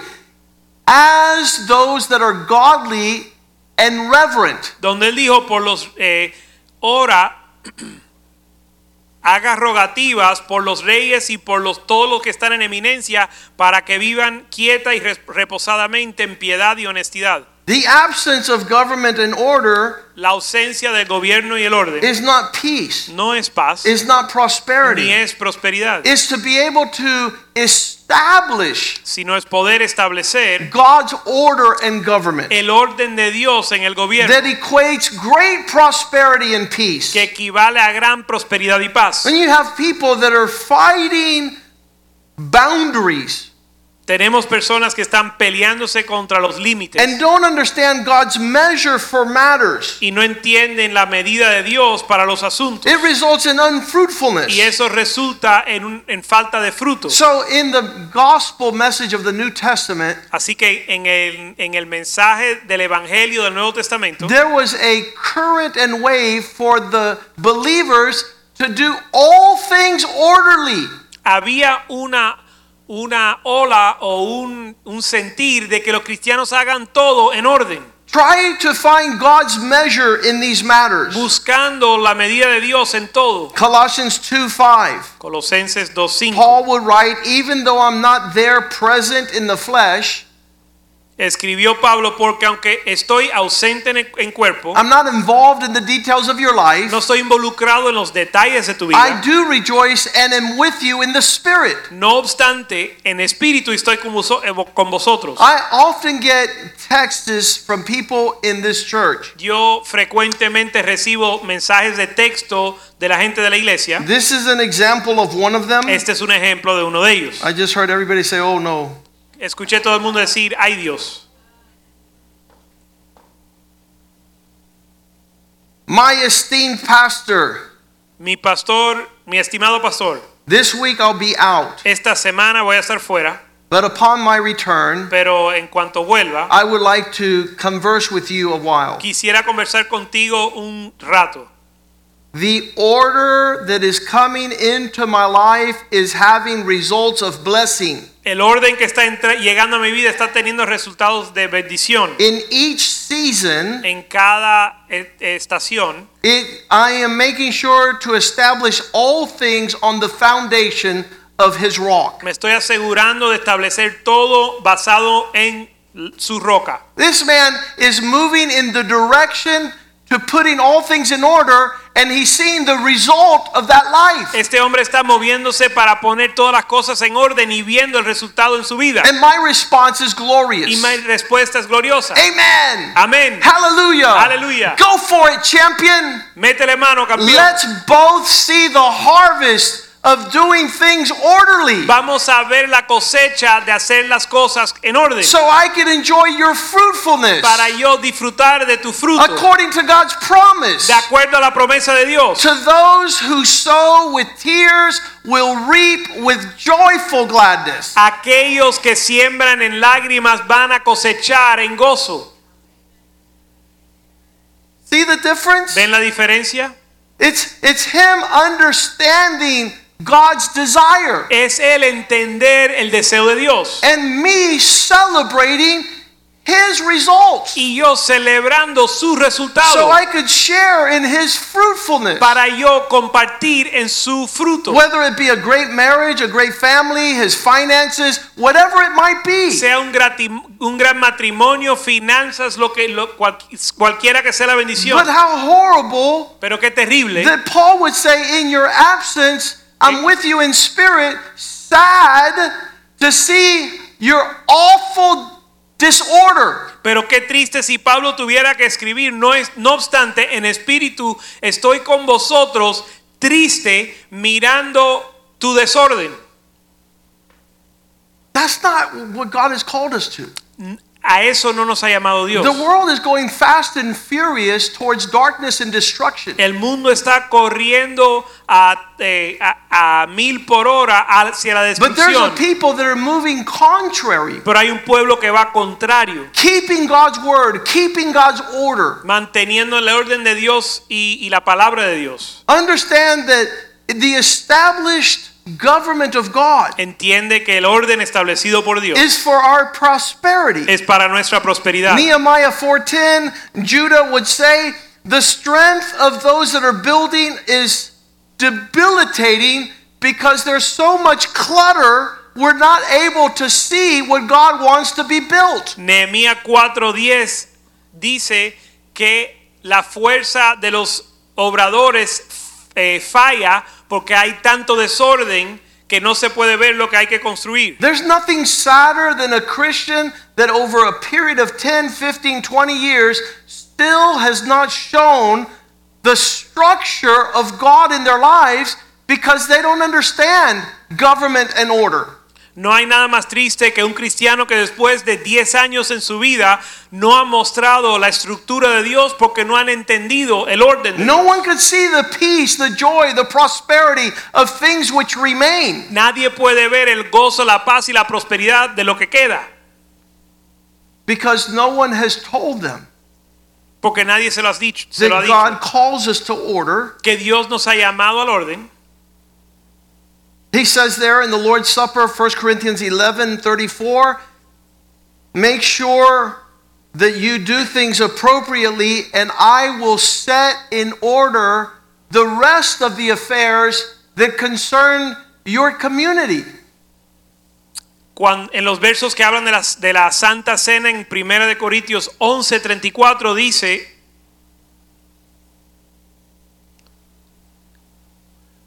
[SPEAKER 2] as those that are godly and reverent
[SPEAKER 1] donde él dijo por los eh, ora [clears throat] haga rogativas por los reyes y por los todos los que están en eminencia para que vivan quieta y res- reposadamente en piedad y honestidad.
[SPEAKER 2] the absence of government and order
[SPEAKER 1] La ausencia del gobierno y el orden
[SPEAKER 2] is not peace
[SPEAKER 1] no es paz
[SPEAKER 2] is not
[SPEAKER 1] ni
[SPEAKER 2] prosperity
[SPEAKER 1] es prosperidad,
[SPEAKER 2] is to be able to establish
[SPEAKER 1] sino es poder establecer
[SPEAKER 2] God's order and government
[SPEAKER 1] el orden de Dios en el
[SPEAKER 2] that
[SPEAKER 1] gobierno
[SPEAKER 2] equates great prosperity and peace.
[SPEAKER 1] que equivale a gran prosperidad y paz.
[SPEAKER 2] When you have people that are fighting boundaries
[SPEAKER 1] Tenemos personas que están peleándose contra los límites.
[SPEAKER 2] and don't understand God's measure for matters,
[SPEAKER 1] y no entienden la medida de Dios para los asuntos.
[SPEAKER 2] it results in
[SPEAKER 1] Y
[SPEAKER 2] unfruitfulness.
[SPEAKER 1] eso resulta en, un- en falta de fruto.
[SPEAKER 2] So, in the gospel message of the New Testament,
[SPEAKER 1] Así que en el, en el mensaje del Evangelio del Nuevo Testamento
[SPEAKER 2] there was a current and wave for the believers to do all things orderly.
[SPEAKER 1] había una, una ola o un, un sentir de que los cristianos hagan todo en orden,
[SPEAKER 2] Try to find God's measure in these matters.
[SPEAKER 1] buscando la medida de Dios en todo.
[SPEAKER 2] Colossians 2 5.
[SPEAKER 1] Colosenses 2.5
[SPEAKER 2] Paul would write, even though I'm not there present in the flesh,
[SPEAKER 1] escribió Pablo, porque aunque estoy ausente en, el- en cuerpo,
[SPEAKER 2] I'm not involved in the details of your life,
[SPEAKER 1] no estoy involucrado en los detalles de tu vida.
[SPEAKER 2] I do rejoice and am with you in the spirit.
[SPEAKER 1] No obstante, en espíritu estoy con, voso- eh, con vosotros.
[SPEAKER 2] I often get texts from people in this church.
[SPEAKER 1] Yo frecuentemente recibo mensajes de texto de la gente de la iglesia.
[SPEAKER 2] This is an example of one of them.
[SPEAKER 1] Este es un ejemplo de uno de ellos.
[SPEAKER 2] I just heard everybody say, oh no.
[SPEAKER 1] Escuché todo el mundo decir, ay Dios,
[SPEAKER 2] My esteemed pastor,
[SPEAKER 1] mi pastor, mi estimado pastor,
[SPEAKER 2] this week I'll be out,
[SPEAKER 1] esta semana voy a estar fuera,
[SPEAKER 2] but upon my return,
[SPEAKER 1] pero en cuanto vuelva,
[SPEAKER 2] I would like to converse with you a while.
[SPEAKER 1] quisiera conversar contigo un rato.
[SPEAKER 2] The order that is coming into my life is having results of blessing.
[SPEAKER 1] El orden que está entra- llegando a mi vida está teniendo resultados de bendición.
[SPEAKER 2] In each season,
[SPEAKER 1] En cada eh, estación
[SPEAKER 2] it, I am making sure to establish all things on the foundation of His rock.
[SPEAKER 1] Me estoy asegurando de establecer todo basado en l- su roca.
[SPEAKER 2] This man is moving in the direction to putting all things in order, and he's seeing the result of that life.
[SPEAKER 1] Este hombre está moviéndose para poner todas las cosas en orden y viendo el resultado en su vida.
[SPEAKER 2] And my response is
[SPEAKER 1] Y
[SPEAKER 2] glorious.
[SPEAKER 1] mi respuesta es gloriosa.
[SPEAKER 2] Amen.
[SPEAKER 1] Amén.
[SPEAKER 2] Hallelujah.
[SPEAKER 1] Hallelujah.
[SPEAKER 2] Go for it, champion.
[SPEAKER 1] Métele mano, campeón.
[SPEAKER 2] Let's both see the harvest of doing things orderly
[SPEAKER 1] Vamos a ver la cosecha de hacer las cosas en orden
[SPEAKER 2] so I can enjoy your fruitfulness
[SPEAKER 1] para yo disfrutar de tu fruto
[SPEAKER 2] according to God's promise.
[SPEAKER 1] de acuerdo a la promesa de Dios.
[SPEAKER 2] To those who sow with tears will reap with joyful gladness.
[SPEAKER 1] Aquellos que siembran en lágrimas van a cosechar en gozo.
[SPEAKER 2] See the difference?
[SPEAKER 1] ¿Ven la diferencia?
[SPEAKER 2] It's it's him understanding God's desire
[SPEAKER 1] Es el entender el deseo de Dios
[SPEAKER 2] and me celebrating his results
[SPEAKER 1] y yo celebrando
[SPEAKER 2] so
[SPEAKER 1] sus resultados
[SPEAKER 2] I could share in his fruitfulness.
[SPEAKER 1] para yo compartir en su fruto.
[SPEAKER 2] Whether it be a great marriage, a great family, his finances, whatever it might be.
[SPEAKER 1] sea un, grati- un gran matrimonio, finanzas, lo que lo- cual- cualquiera que sea la bendición.
[SPEAKER 2] But how horrible
[SPEAKER 1] Pero qué terrible
[SPEAKER 2] that Paul would say, In your absence, I'm with you in spirit, sad to see your awful disorder.
[SPEAKER 1] Pero qué triste si Pablo tuviera que escribir, no, es, no obstante, en espíritu estoy con vosotros, triste, mirando tu desorden.
[SPEAKER 2] That's not what God has called us to.
[SPEAKER 1] A eso no nos ha llamado Dios.
[SPEAKER 2] The world is going fast and furious towards darkness and destruction.
[SPEAKER 1] El mundo está corriendo a, eh, a- a mil por hora hacia la
[SPEAKER 2] But there's a
[SPEAKER 1] destrucción.
[SPEAKER 2] people that are moving contrary,
[SPEAKER 1] Pero hay un pueblo que va contrario,
[SPEAKER 2] keeping God's word, keeping God's order.
[SPEAKER 1] manteniendo el orden de Dios y- y la palabra de Dios.
[SPEAKER 2] Understand that the established government of God
[SPEAKER 1] Entiende que el orden establecido por Dios
[SPEAKER 2] is for our prosperity.
[SPEAKER 1] es para nuestra prosperidad.
[SPEAKER 2] Nehemiah 4:10, Judah would say, "The strength of those that are building is debilitating because there's so much clutter, we're not able to see what God wants to be built."
[SPEAKER 1] Nehemías 4:10 dice que la fuerza de los obradores eh, falla porque hay tanto desorden que no se puede ver lo que hay que construir.
[SPEAKER 2] There's nothing sadder than a Christian that over a period of 10, 15, 20 years still has not shown the structure of God in their lives because they don't understand government and order.
[SPEAKER 1] No hay nada más triste que un cristiano que después de 10 años en su vida no ha mostrado la estructura de Dios porque no han entendido el orden. de
[SPEAKER 2] No one could see the peace, the joy, the prosperity of things which remain.
[SPEAKER 1] Nadie puede ver el gozo, la paz y la prosperidad de lo que queda,
[SPEAKER 2] Because no one has told them
[SPEAKER 1] porque nadie se lo, has dicho,
[SPEAKER 2] that
[SPEAKER 1] se lo ha dicho.
[SPEAKER 2] God calls us to order.
[SPEAKER 1] Que Dios nos ha llamado al orden.
[SPEAKER 2] He says there in the Lord's Supper, 1 Corinthians 11 34, make sure that you do things appropriately, and I will set in order the rest of the affairs that concern your community.
[SPEAKER 1] Cuan- en los versos que hablan de, las- de la Santa Cena en 1 de Corintios 11:34 dice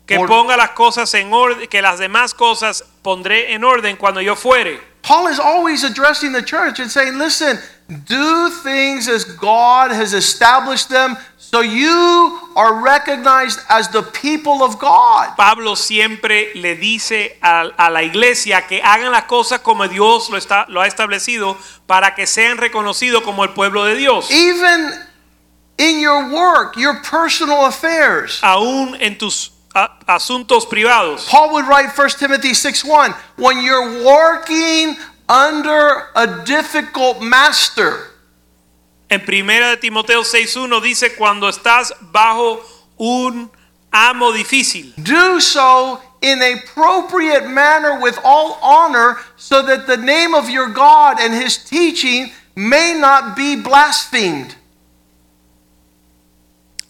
[SPEAKER 1] que
[SPEAKER 2] Or-
[SPEAKER 1] ponga las cosas en orden, que las demás cosas pondré en orden cuando yo fuere.
[SPEAKER 2] Paul is always addressing the church and saying, listen, do things as God has established them so you are recognized as the people of God.
[SPEAKER 1] Pablo siempre le dice a, a la iglesia que hagan las cosas como Dios lo, está, lo ha establecido para que sean reconocidos como el pueblo de Dios.
[SPEAKER 2] Even in your work, your personal affairs.
[SPEAKER 1] aún en tus a- asuntos privados.
[SPEAKER 2] Paul would write 1 Timothy 6:1, when you're working under a difficult master,
[SPEAKER 1] En primera de Timoteo 6:1 dice cuando estás bajo un amo difícil,
[SPEAKER 2] do so in an appropriate manner with all honor so that the name of your god and his teaching may not be blasphemed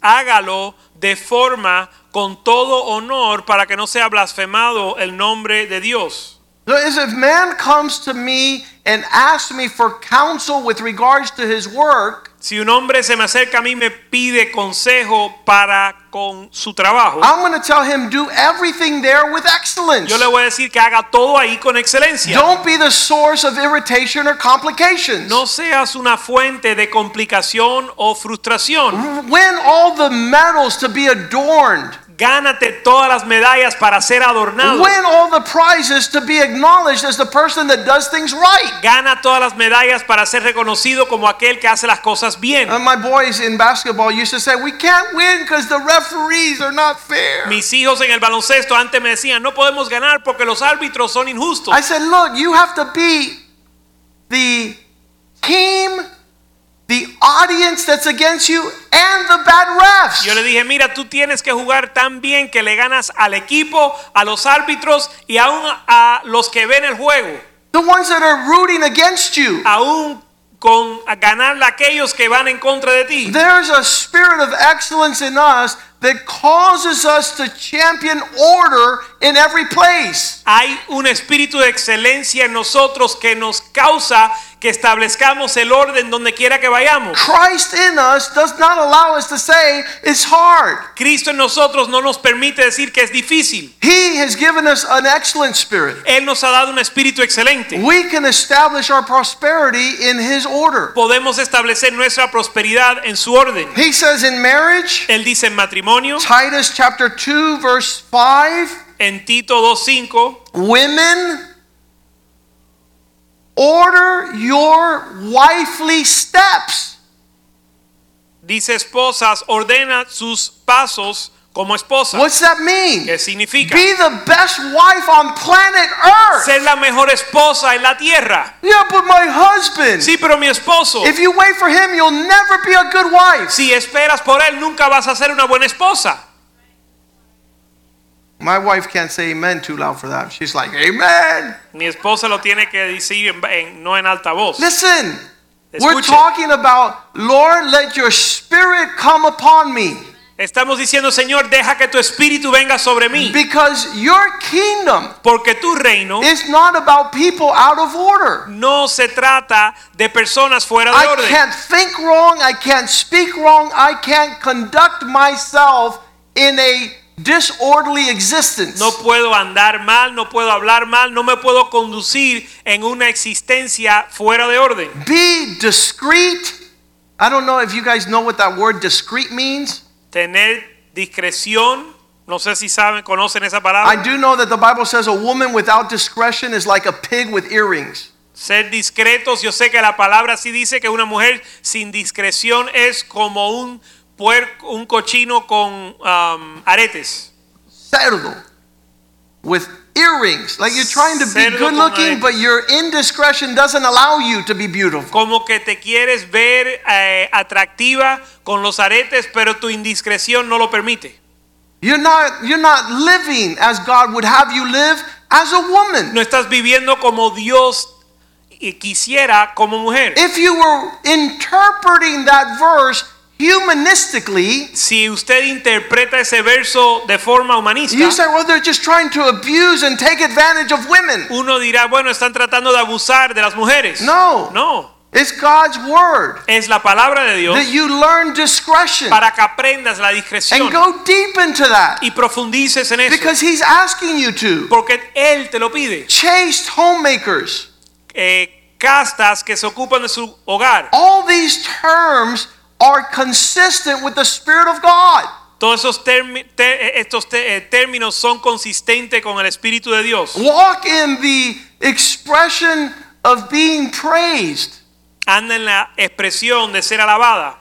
[SPEAKER 1] hágalo de forma con todo honor para que no sea blasfemado el nombre de Dios.
[SPEAKER 2] so as if man comes to me and asks me for counsel with regards to his work
[SPEAKER 1] Si un hombre se me acerca a mí y me pide consejo para con su trabajo,
[SPEAKER 2] i'm going to tell him do everything there with excellence
[SPEAKER 1] yo le voy a decir que haga todo ahí con excelencia.
[SPEAKER 2] don't be the source of irritation or complications
[SPEAKER 1] No seas una fuente de complicación o frustración.
[SPEAKER 2] win all the medals to be adorned
[SPEAKER 1] Gánate todas las medallas para ser adornado.
[SPEAKER 2] Win all the prizes to be acknowledged as the person that does things right.
[SPEAKER 1] Gana todas las medallas para ser reconocido como aquel que hace las cosas bien.
[SPEAKER 2] And my boys in basketball used to say, We can't win because the referees are not fair.
[SPEAKER 1] Mis hijos en el baloncesto antes me decían, no podemos ganar porque los árbitros son injustos.
[SPEAKER 2] I said, Look, you have to be the team, the audience that's against you, and the bad refs.
[SPEAKER 1] Yo le dije, mira, tú tienes que jugar tan bien que le ganas al equipo, a los árbitros y aún a los que ven el juego.
[SPEAKER 2] The ones that are rooting against you.
[SPEAKER 1] Aún con a ganarle a aquellos que van en contra de ti.
[SPEAKER 2] There's a spirit of excellence in us that causes us to champion order in every place.
[SPEAKER 1] Hay un espíritu de excelencia en nosotros que nos causa que establezcamos el orden donde quiera que vayamos.
[SPEAKER 2] Christ in us does not allow us to say it's hard.
[SPEAKER 1] Cristo en nosotros no nos permite decir que es difícil.
[SPEAKER 2] He has given us an excellent spirit.
[SPEAKER 1] Él nos ha dado un espíritu excelente.
[SPEAKER 2] We can establish our prosperity in His order.
[SPEAKER 1] Podemos establecer nuestra prosperidad en su orden.
[SPEAKER 2] He says in marriage,
[SPEAKER 1] Él dice en matrimonio,
[SPEAKER 2] Titus chapter 2, verse 5,
[SPEAKER 1] en Tito 2.5,
[SPEAKER 2] women, order your wifely steps.
[SPEAKER 1] dice esposas, ordena sus pasos como esposa.
[SPEAKER 2] What's that mean?
[SPEAKER 1] ¿Qué significa?
[SPEAKER 2] Be the best wife on planet Earth.
[SPEAKER 1] Ser la mejor esposa en la tierra.
[SPEAKER 2] yeah, but my husband.
[SPEAKER 1] Sí, pero mi esposo.
[SPEAKER 2] If you wait for him, you'll never be a good wife.
[SPEAKER 1] Si esperas por él, nunca vas a ser una buena esposa.
[SPEAKER 2] My wife can't say amen too loud for that. She's like, amen.
[SPEAKER 1] Mi esposa lo tiene que decir en- en- no en alta voz.
[SPEAKER 2] Listen, we're
[SPEAKER 1] Escuche.
[SPEAKER 2] talking about, Lord, let your spirit come upon me.
[SPEAKER 1] Estamos diciendo, Señor, deja que tu espíritu venga sobre mí,
[SPEAKER 2] Because your kingdom
[SPEAKER 1] porque tu reino
[SPEAKER 2] is not about people out of order.
[SPEAKER 1] no se trata de personas fuera de
[SPEAKER 2] I
[SPEAKER 1] orden.
[SPEAKER 2] can't think wrong. I can't speak wrong. I can't conduct myself in a disorderly existence.
[SPEAKER 1] No puedo andar mal, no puedo hablar mal, no me puedo conducir en una existencia fuera de orden.
[SPEAKER 2] Be discreet. I don't know if you guys know what that word discreet means.
[SPEAKER 1] Tener discreción, no sé si saben, conocen esa palabra.
[SPEAKER 2] I do know that the Bible says a woman without discretion is like a pig with earrings.
[SPEAKER 1] Ser discretos, yo sé que la palabra sí dice que una mujer sin discreción es como un puerco, un cochino con um, aretes.
[SPEAKER 2] Cerdo with earrings. Like you're trying to be
[SPEAKER 1] Cerdo
[SPEAKER 2] good
[SPEAKER 1] con
[SPEAKER 2] looking,
[SPEAKER 1] aretes.
[SPEAKER 2] but your indiscretion doesn't allow you to be beautiful.
[SPEAKER 1] Como que te quieres ver eh, atractiva con los aretes, pero tu indiscreción no lo permite.
[SPEAKER 2] You're not you're not living as God would have you live as a woman.
[SPEAKER 1] No estás viviendo como Dios eh, quisiera como mujer.
[SPEAKER 2] If you were interpreting that verse humanistically,
[SPEAKER 1] Si usted interpreta ese verso de forma
[SPEAKER 2] you say,
[SPEAKER 1] humanista,
[SPEAKER 2] well, they're just trying to abuse and take advantage of women.
[SPEAKER 1] uno dirá, bueno, están tratando de abusar de las mujeres.
[SPEAKER 2] No.
[SPEAKER 1] No.
[SPEAKER 2] It's God's word
[SPEAKER 1] Es la palabra de Dios.
[SPEAKER 2] that you learn discretion
[SPEAKER 1] para que aprendas la
[SPEAKER 2] and
[SPEAKER 1] discreción
[SPEAKER 2] go deep into that
[SPEAKER 1] y profundices en eso
[SPEAKER 2] because He's asking you to.
[SPEAKER 1] porque él te lo pide
[SPEAKER 2] Chaste homemakers.
[SPEAKER 1] Eh, castas que se ocupan de su hogar
[SPEAKER 2] All these terms are consistent with the Spirit of God.
[SPEAKER 1] todos esos termi- te- eh, estos te- eh, términos son consistentes con el espíritu de Dios
[SPEAKER 2] Walk in the expression of being praised.
[SPEAKER 1] anda en la expresión de ser alabada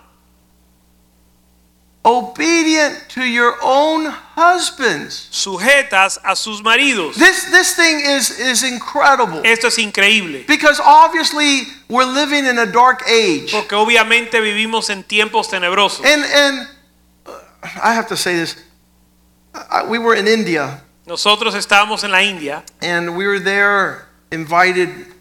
[SPEAKER 2] obedient to your own husbands.
[SPEAKER 1] sujetas a sus maridos
[SPEAKER 2] This this thing is is incredible
[SPEAKER 1] esto es increíble
[SPEAKER 2] because obviously we're living in a dark age.
[SPEAKER 1] porque obviamente vivimos en tiempos tenebrosos
[SPEAKER 2] And and uh, I have to say this. I, we were in India
[SPEAKER 1] nosotros estábamos en la India
[SPEAKER 2] and we were there invited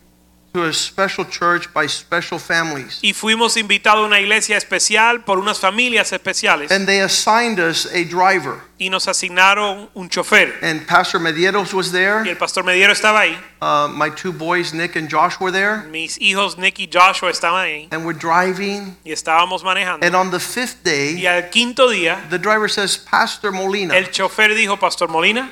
[SPEAKER 2] to a special church by special families.
[SPEAKER 1] y fuimos invitados a una iglesia especial por unas familias especiales
[SPEAKER 2] And they assigned us a driver.
[SPEAKER 1] y nos asignaron un chofer.
[SPEAKER 2] And Pastor Medieros was
[SPEAKER 1] Y
[SPEAKER 2] there.
[SPEAKER 1] el pastor Mediero estaba ahí.
[SPEAKER 2] Uh, my two boys, Nick and Josh, were there.
[SPEAKER 1] Mis hijos Nick y Joshua estaban ahí
[SPEAKER 2] And we're driving.
[SPEAKER 1] y estábamos manejando.
[SPEAKER 2] And on the fifth day,
[SPEAKER 1] Y al quinto día,
[SPEAKER 2] The driver says, Pastor Molina,
[SPEAKER 1] el chofer dijo, Pastor Molina,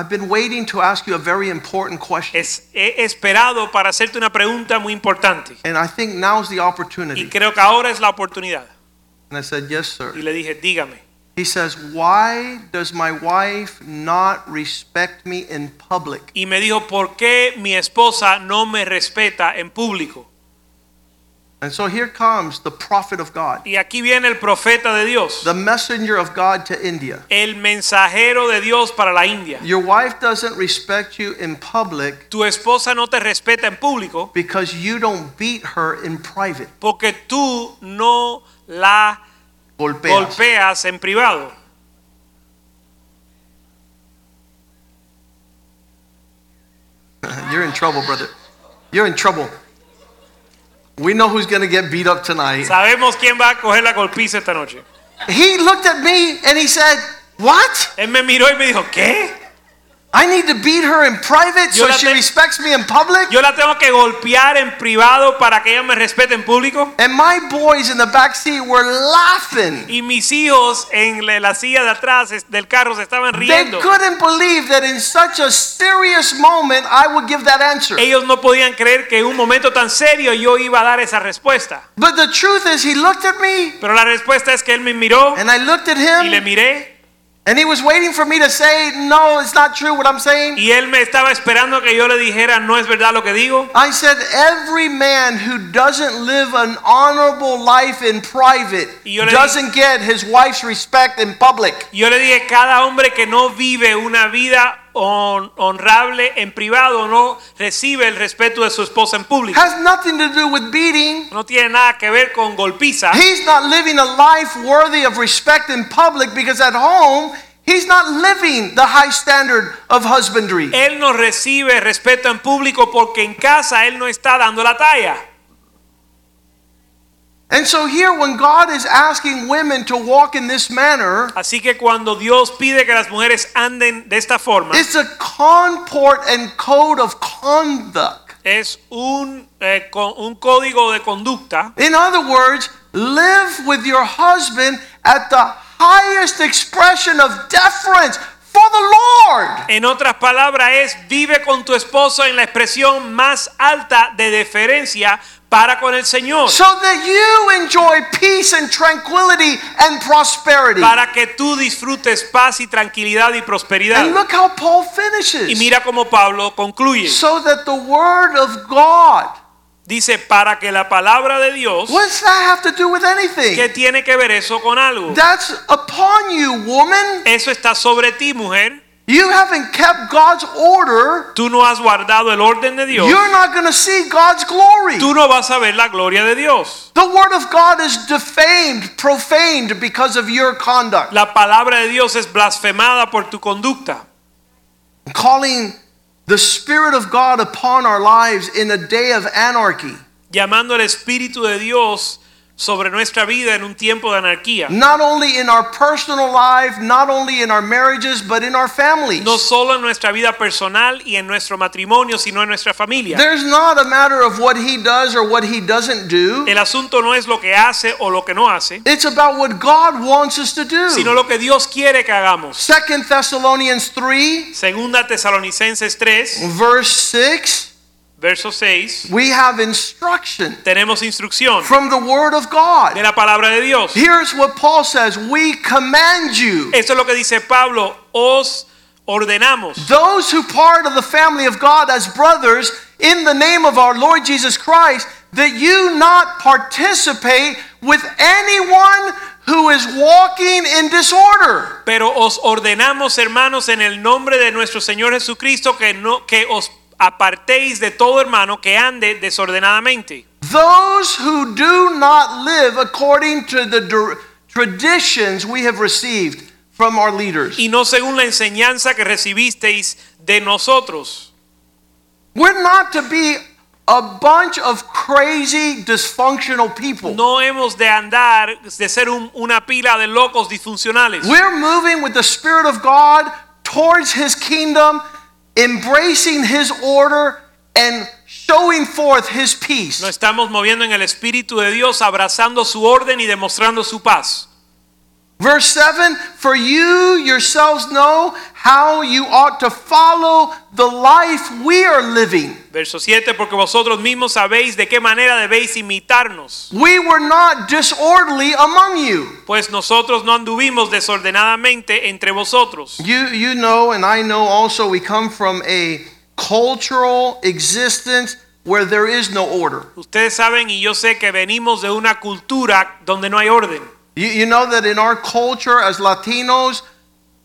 [SPEAKER 2] I've been waiting to ask you a very important question.
[SPEAKER 1] es, he esperado para hacerte una pregunta muy importante.
[SPEAKER 2] And I think now's the
[SPEAKER 1] Y
[SPEAKER 2] opportunity.
[SPEAKER 1] creo que ahora es la oportunidad.
[SPEAKER 2] And I said, Yes,
[SPEAKER 1] Y
[SPEAKER 2] sir.
[SPEAKER 1] le dije, dígame.
[SPEAKER 2] He says, Why does my wife not respect me in public?
[SPEAKER 1] y me dijo, ¿por qué mi esposa no me respeta en público?
[SPEAKER 2] And so here comes the prophet of God,
[SPEAKER 1] Y aquí viene el profeta de Dios,
[SPEAKER 2] the messenger of God to India.
[SPEAKER 1] el mensajero de Dios para la India.
[SPEAKER 2] Your wife doesn't respect you in public
[SPEAKER 1] Tu esposa no te respeta en público
[SPEAKER 2] because you don't beat her in private.
[SPEAKER 1] porque tú no la
[SPEAKER 2] Golpeas.
[SPEAKER 1] golpeas en privado.
[SPEAKER 2] [laughs] You're in trouble, brother. You're in trouble. We know who's going to get beat up tonight.
[SPEAKER 1] Sabemos quién va a coger la golpiza esta noche.
[SPEAKER 2] He looked at me and he said, What?
[SPEAKER 1] Él me miró y me dijo, ¿qué?
[SPEAKER 2] I need to beat her in private
[SPEAKER 1] Yo
[SPEAKER 2] so
[SPEAKER 1] la
[SPEAKER 2] she
[SPEAKER 1] te-
[SPEAKER 2] respects me in public?
[SPEAKER 1] Yo la tengo que golpear en privado para que ella me respete en público.
[SPEAKER 2] And my boys in the back seat were laughing.
[SPEAKER 1] Y mis hijos en la, la silla de atrás es- del carro se estaban
[SPEAKER 2] They
[SPEAKER 1] riendo.
[SPEAKER 2] couldn't believe that in such a serious moment I would give that answer.
[SPEAKER 1] Ellos no podían creer que en un momento tan serio yo iba a dar esa respuesta.
[SPEAKER 2] But the truth is, he looked at me
[SPEAKER 1] Pero la respuesta es que él me miró
[SPEAKER 2] and I looked at
[SPEAKER 1] y le
[SPEAKER 2] him
[SPEAKER 1] miré
[SPEAKER 2] and he was waiting for me to say, No, it's not true what I'm saying.
[SPEAKER 1] y él me estaba esperando que yo le dijera no es verdad lo que digo.
[SPEAKER 2] I said, Every man who doesn't live an honorable life in private
[SPEAKER 1] Y yo le
[SPEAKER 2] doesn't get his wife's respect in public.
[SPEAKER 1] Y Yo le dije, cada hombre que no vive una vida hon- honrable en privado no recibe el respeto de su esposa en público.
[SPEAKER 2] Has nothing to do with beating.
[SPEAKER 1] No tiene nada que ver con golpiza.
[SPEAKER 2] He's not living a life worthy of respect in public because at home, he's not living the high standard of husbandry.
[SPEAKER 1] Él no recibe respeto en público porque en casa él no está dando la talla.
[SPEAKER 2] And so, here, when God is asking women to walk in this manner,
[SPEAKER 1] Así que cuando Dios pide que las mujeres anden de esta forma,
[SPEAKER 2] it's a comport and code of conduct.
[SPEAKER 1] es un, eh, co- un código de conducta.
[SPEAKER 2] In other words, live with your husband at the highest expression of deference for the Lord.
[SPEAKER 1] En otras palabras, es vive con tu esposo en la expresión más alta de deferencia para con el Señor.
[SPEAKER 2] So that you enjoy peace and tranquility and prosperity.
[SPEAKER 1] Para que tú disfrutes paz y tranquilidad y
[SPEAKER 2] And
[SPEAKER 1] prosperidad.
[SPEAKER 2] look how Paul
[SPEAKER 1] Y
[SPEAKER 2] finishes.
[SPEAKER 1] mira cómo Pablo concluye.
[SPEAKER 2] So that the word of God.
[SPEAKER 1] Dice, para que la palabra de Dios,
[SPEAKER 2] What does that have to do with
[SPEAKER 1] ¿qué
[SPEAKER 2] anything?
[SPEAKER 1] tiene que ver eso con algo?
[SPEAKER 2] That's upon you, woman.
[SPEAKER 1] Eso está sobre ti, mujer.
[SPEAKER 2] You haven't kept God's order.
[SPEAKER 1] Tú no has guardado el orden de Dios.
[SPEAKER 2] You're not going to see God's glory.
[SPEAKER 1] Tú no vas a ver la gloria de Dios.
[SPEAKER 2] The word of God is defamed, profaned because of your conduct.
[SPEAKER 1] La palabra de Dios es blasfemada por tu conducta.
[SPEAKER 2] Calling the Spirit of God upon our lives in a day of anarchy,
[SPEAKER 1] llamando el Espíritu de Dios sobre nuestra vida en un tiempo de anarquía.
[SPEAKER 2] not only in our personal life, not only in our marriages, but in our families.
[SPEAKER 1] No solo en nuestra vida personal y en nuestro matrimonio, sino en nuestra familia.
[SPEAKER 2] There's not a matter of what he does or what he doesn't do.
[SPEAKER 1] El asunto no es lo que hace o lo que no hace,
[SPEAKER 2] It's about what God wants us to
[SPEAKER 1] sino
[SPEAKER 2] do.
[SPEAKER 1] lo que Dios quiere que hagamos.
[SPEAKER 2] Second Thessalonians 3,
[SPEAKER 1] Segunda Tesalonicenses 3,
[SPEAKER 2] verse 6,
[SPEAKER 1] verso 6,
[SPEAKER 2] we have instruction
[SPEAKER 1] tenemos instrucción
[SPEAKER 2] from the word of God.
[SPEAKER 1] de la palabra de Dios.
[SPEAKER 2] Here's what Paul says We command you,
[SPEAKER 1] Esto es lo que dice Pablo, os ordenamos.
[SPEAKER 2] those who part of the family of God as brothers, in the name of our Lord Jesus Christ, that you not participate with anyone who is walking in disorder.
[SPEAKER 1] Pero os ordenamos, hermanos, en el nombre de nuestro Señor Jesucristo, que no que os apartéis de todo hermano que ande desordenadamente.
[SPEAKER 2] Those who do not live according to the dir- traditions we have received from our leaders.
[SPEAKER 1] Y no según la enseñanza que recibisteis de nosotros.
[SPEAKER 2] We're not to be a bunch of crazy, dysfunctional people.
[SPEAKER 1] No hemos de andar, de ser un- una pila de locos disfuncionales.
[SPEAKER 2] We're moving with the Spirit of God towards His kingdom, embracing His order, and showing forth His
[SPEAKER 1] Nos
[SPEAKER 2] peace.
[SPEAKER 1] estamos moviendo en el Espíritu de Dios, abrazando su orden y demostrando su paz.
[SPEAKER 2] Verse 7 For you yourselves know how you ought to follow the life we are living.
[SPEAKER 1] Verso 7, porque vosotros mismos sabéis de qué manera debéis imitarnos,
[SPEAKER 2] We were not disorderly among you.
[SPEAKER 1] pues nosotros no anduvimos desordenadamente entre vosotros.
[SPEAKER 2] You, you know, and I know also, we come from a cultural existence where there is no order.
[SPEAKER 1] Ustedes saben y yo sé que venimos de una cultura donde no hay orden.
[SPEAKER 2] You, you know that in our culture as Latinos,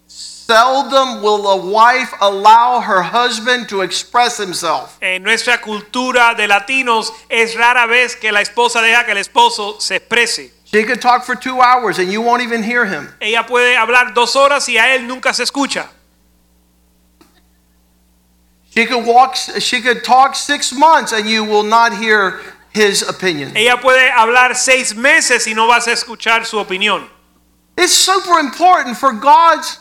[SPEAKER 2] seldom will a wife allow her husband to express himself.
[SPEAKER 1] En Eh, nuestra cultura de latinos es rara vez que la esposa deja que el esposo se exprese.
[SPEAKER 2] She could talk for two hours and you won't even hear him.
[SPEAKER 1] Ella puede hablar dos horas y a él nunca se escucha.
[SPEAKER 2] She could walk. She could talk six months, and you will not hear his opinion.
[SPEAKER 1] Ella puede hablar seis meses y no vas a escuchar su opinión.
[SPEAKER 2] It's super important for God's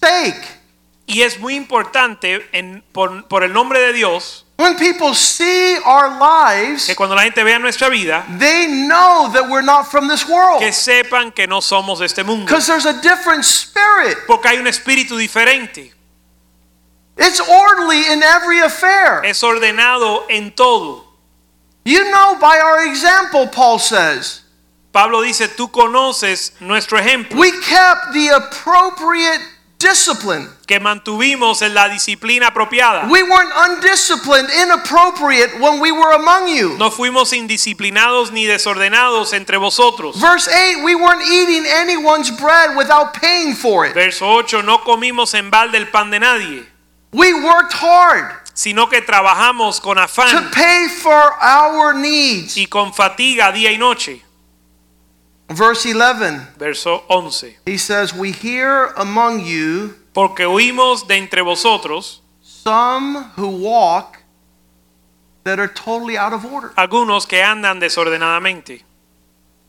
[SPEAKER 2] sake.
[SPEAKER 1] Y es muy importante en- por, por el nombre de Dios
[SPEAKER 2] When people see our lives,
[SPEAKER 1] que cuando la gente vea nuestra vida,
[SPEAKER 2] they know that we're not from this world
[SPEAKER 1] que sepan que no somos de este mundo.
[SPEAKER 2] because there's a different spirit.
[SPEAKER 1] Porque hay un espíritu diferente.
[SPEAKER 2] It's orderly in every affair.
[SPEAKER 1] Es ordenado en todo.
[SPEAKER 2] You know by our example, Paul says.
[SPEAKER 1] Pablo dice, tú conoces nuestro ejemplo,
[SPEAKER 2] We kept the appropriate discipline.
[SPEAKER 1] que mantuvimos en la disciplina apropiada.
[SPEAKER 2] We weren't undisciplined, inappropriate when we were among you.
[SPEAKER 1] No fuimos indisciplinados ni desordenados entre vosotros.
[SPEAKER 2] Verse 8, we weren't eating anyone's bread without paying for it.
[SPEAKER 1] Verso 8, no comimos en balde el pan de nadie,
[SPEAKER 2] We worked hard
[SPEAKER 1] sino que trabajamos con
[SPEAKER 2] to
[SPEAKER 1] afán
[SPEAKER 2] pay for our needs.
[SPEAKER 1] y con fatiga día y noche.
[SPEAKER 2] Verse 11,
[SPEAKER 1] Verso 11,
[SPEAKER 2] he says, We hear among you
[SPEAKER 1] porque huimos de entre vosotros
[SPEAKER 2] some who walk that are totally out of order.
[SPEAKER 1] algunos que andan desordenadamente.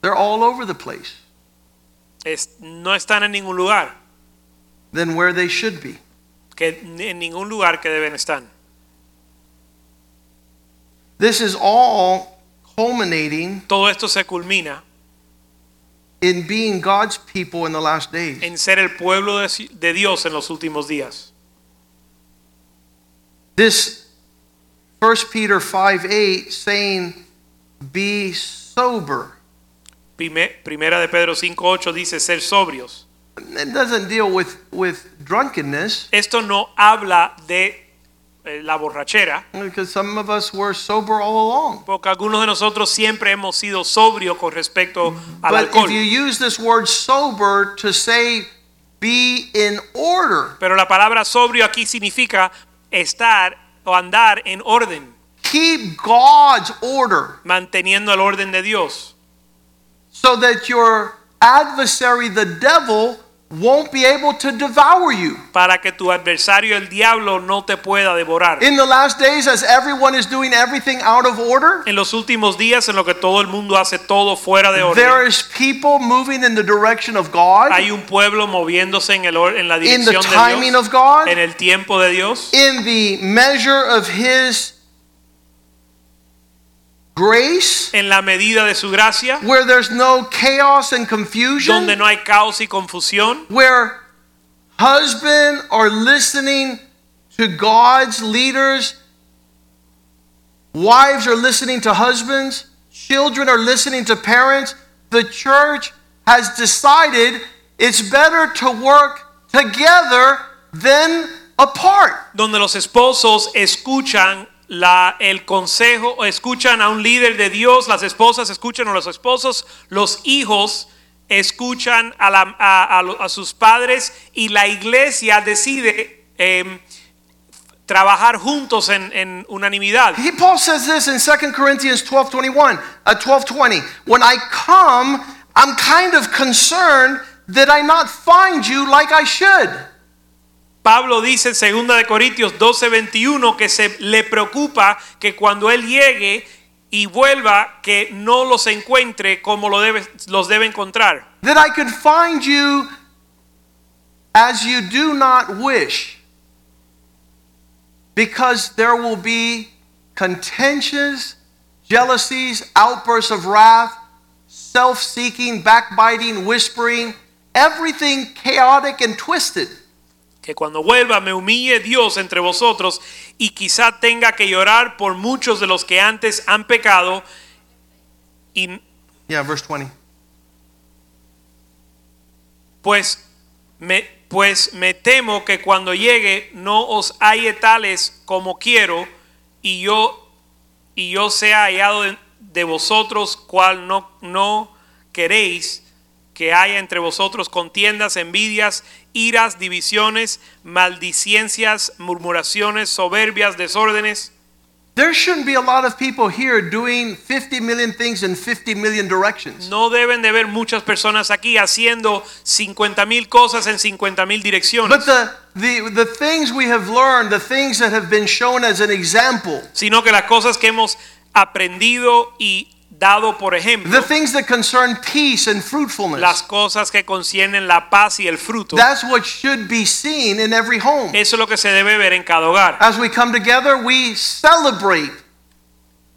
[SPEAKER 2] They're all over the place
[SPEAKER 1] Es- no están en ningún lugar,
[SPEAKER 2] than where they should be.
[SPEAKER 1] que, en ningún lugar que deben estar.
[SPEAKER 2] This is all culminating
[SPEAKER 1] Todo esto se culmina
[SPEAKER 2] in being God's people in the last days.
[SPEAKER 1] en ser el pueblo de- de Dios en los últimos días.
[SPEAKER 2] This 1 Peter 5 8 saying, Be sober.
[SPEAKER 1] Prime- Primera de Pedro 5.8 dice ser sobrios.
[SPEAKER 2] It doesn't deal with, with drunkenness
[SPEAKER 1] Esto no habla de eh, la borrachera,
[SPEAKER 2] because some of us were sober all along.
[SPEAKER 1] porque algunos de nosotros siempre hemos sido sobrios con respecto al
[SPEAKER 2] But if
[SPEAKER 1] alcohol.
[SPEAKER 2] you use this word sober to say be in order,
[SPEAKER 1] Pero la palabra sobrio aquí significa estar o andar en orden,
[SPEAKER 2] keep God's order
[SPEAKER 1] manteniendo el orden de Dios,
[SPEAKER 2] so that your adversary, the devil, won't be able to devour you.
[SPEAKER 1] para que tu adversario el diablo no te pueda devorar.
[SPEAKER 2] In the last days, as everyone is doing everything out of order,
[SPEAKER 1] En los últimos días en lo que todo el mundo hace todo fuera de
[SPEAKER 2] there
[SPEAKER 1] orden,
[SPEAKER 2] is people moving in the direction of God,
[SPEAKER 1] hay un pueblo moviéndose en, el or- en la
[SPEAKER 2] in the
[SPEAKER 1] dirección de
[SPEAKER 2] timing
[SPEAKER 1] Dios,
[SPEAKER 2] of God,
[SPEAKER 1] en el tiempo de Dios,
[SPEAKER 2] in the measure of his grace,
[SPEAKER 1] en la medida de su gracia,
[SPEAKER 2] where there's no chaos and confusion,
[SPEAKER 1] donde no hay caos y confusión,
[SPEAKER 2] where husband are listening to God's leaders, wives are listening to husbands, children are listening to parents. The church has decided it's better to work together than apart.
[SPEAKER 1] donde los esposos escuchan la, el consejo, o escuchan a un líder de Dios, las esposas escuchan a los esposos, los hijos escuchan a, la- a- a lo- a sus padres y la iglesia decide em, trabajar juntos en, en unanimidad.
[SPEAKER 2] He, Paul says this in 2 Corinthians 12 21, uh, 12 20. When I come, I'm kind of concerned that I not find you like I should.
[SPEAKER 1] Pablo dice en 2 de Corintios 12:21 que se le preocupa que cuando él llegue y vuelva que no los encuentre como lo debe- los debe encontrar.
[SPEAKER 2] That I could find you as you do not wish, because there will be contentions, jealousies, outbursts of wrath, self seeking, backbiting, whispering, everything chaotic and twisted.
[SPEAKER 1] Que cuando vuelva me humille Dios entre vosotros y quizá tenga que llorar por muchos de los que antes han pecado y
[SPEAKER 2] Yeah, verse 20.
[SPEAKER 1] Pues me, pues me temo que cuando llegue no os halle tales como quiero y yo, y yo sea hallado de, de vosotros cual no, no queréis que haya entre vosotros contiendas, envidias, iras, divisiones, maldiciencias, murmuraciones, soberbias, desórdenes.
[SPEAKER 2] There shouldn't be a lot of people here doing 50 million things in 50 million directions.
[SPEAKER 1] No deben de ver muchas personas aquí haciendo 50 mil cosas en 50 mil direcciones.
[SPEAKER 2] But the, the, the things we have learned, the things that have been shown as an example,
[SPEAKER 1] sino que las cosas que hemos aprendido y dado por ejemplo,
[SPEAKER 2] the things that concern peace and
[SPEAKER 1] las
[SPEAKER 2] fruitfulness,
[SPEAKER 1] cosas que conciernen la paz y el fruto.
[SPEAKER 2] that's what should be seen in every home.
[SPEAKER 1] Eso es lo que se debe ver en cada hogar.
[SPEAKER 2] As we come together, we celebrate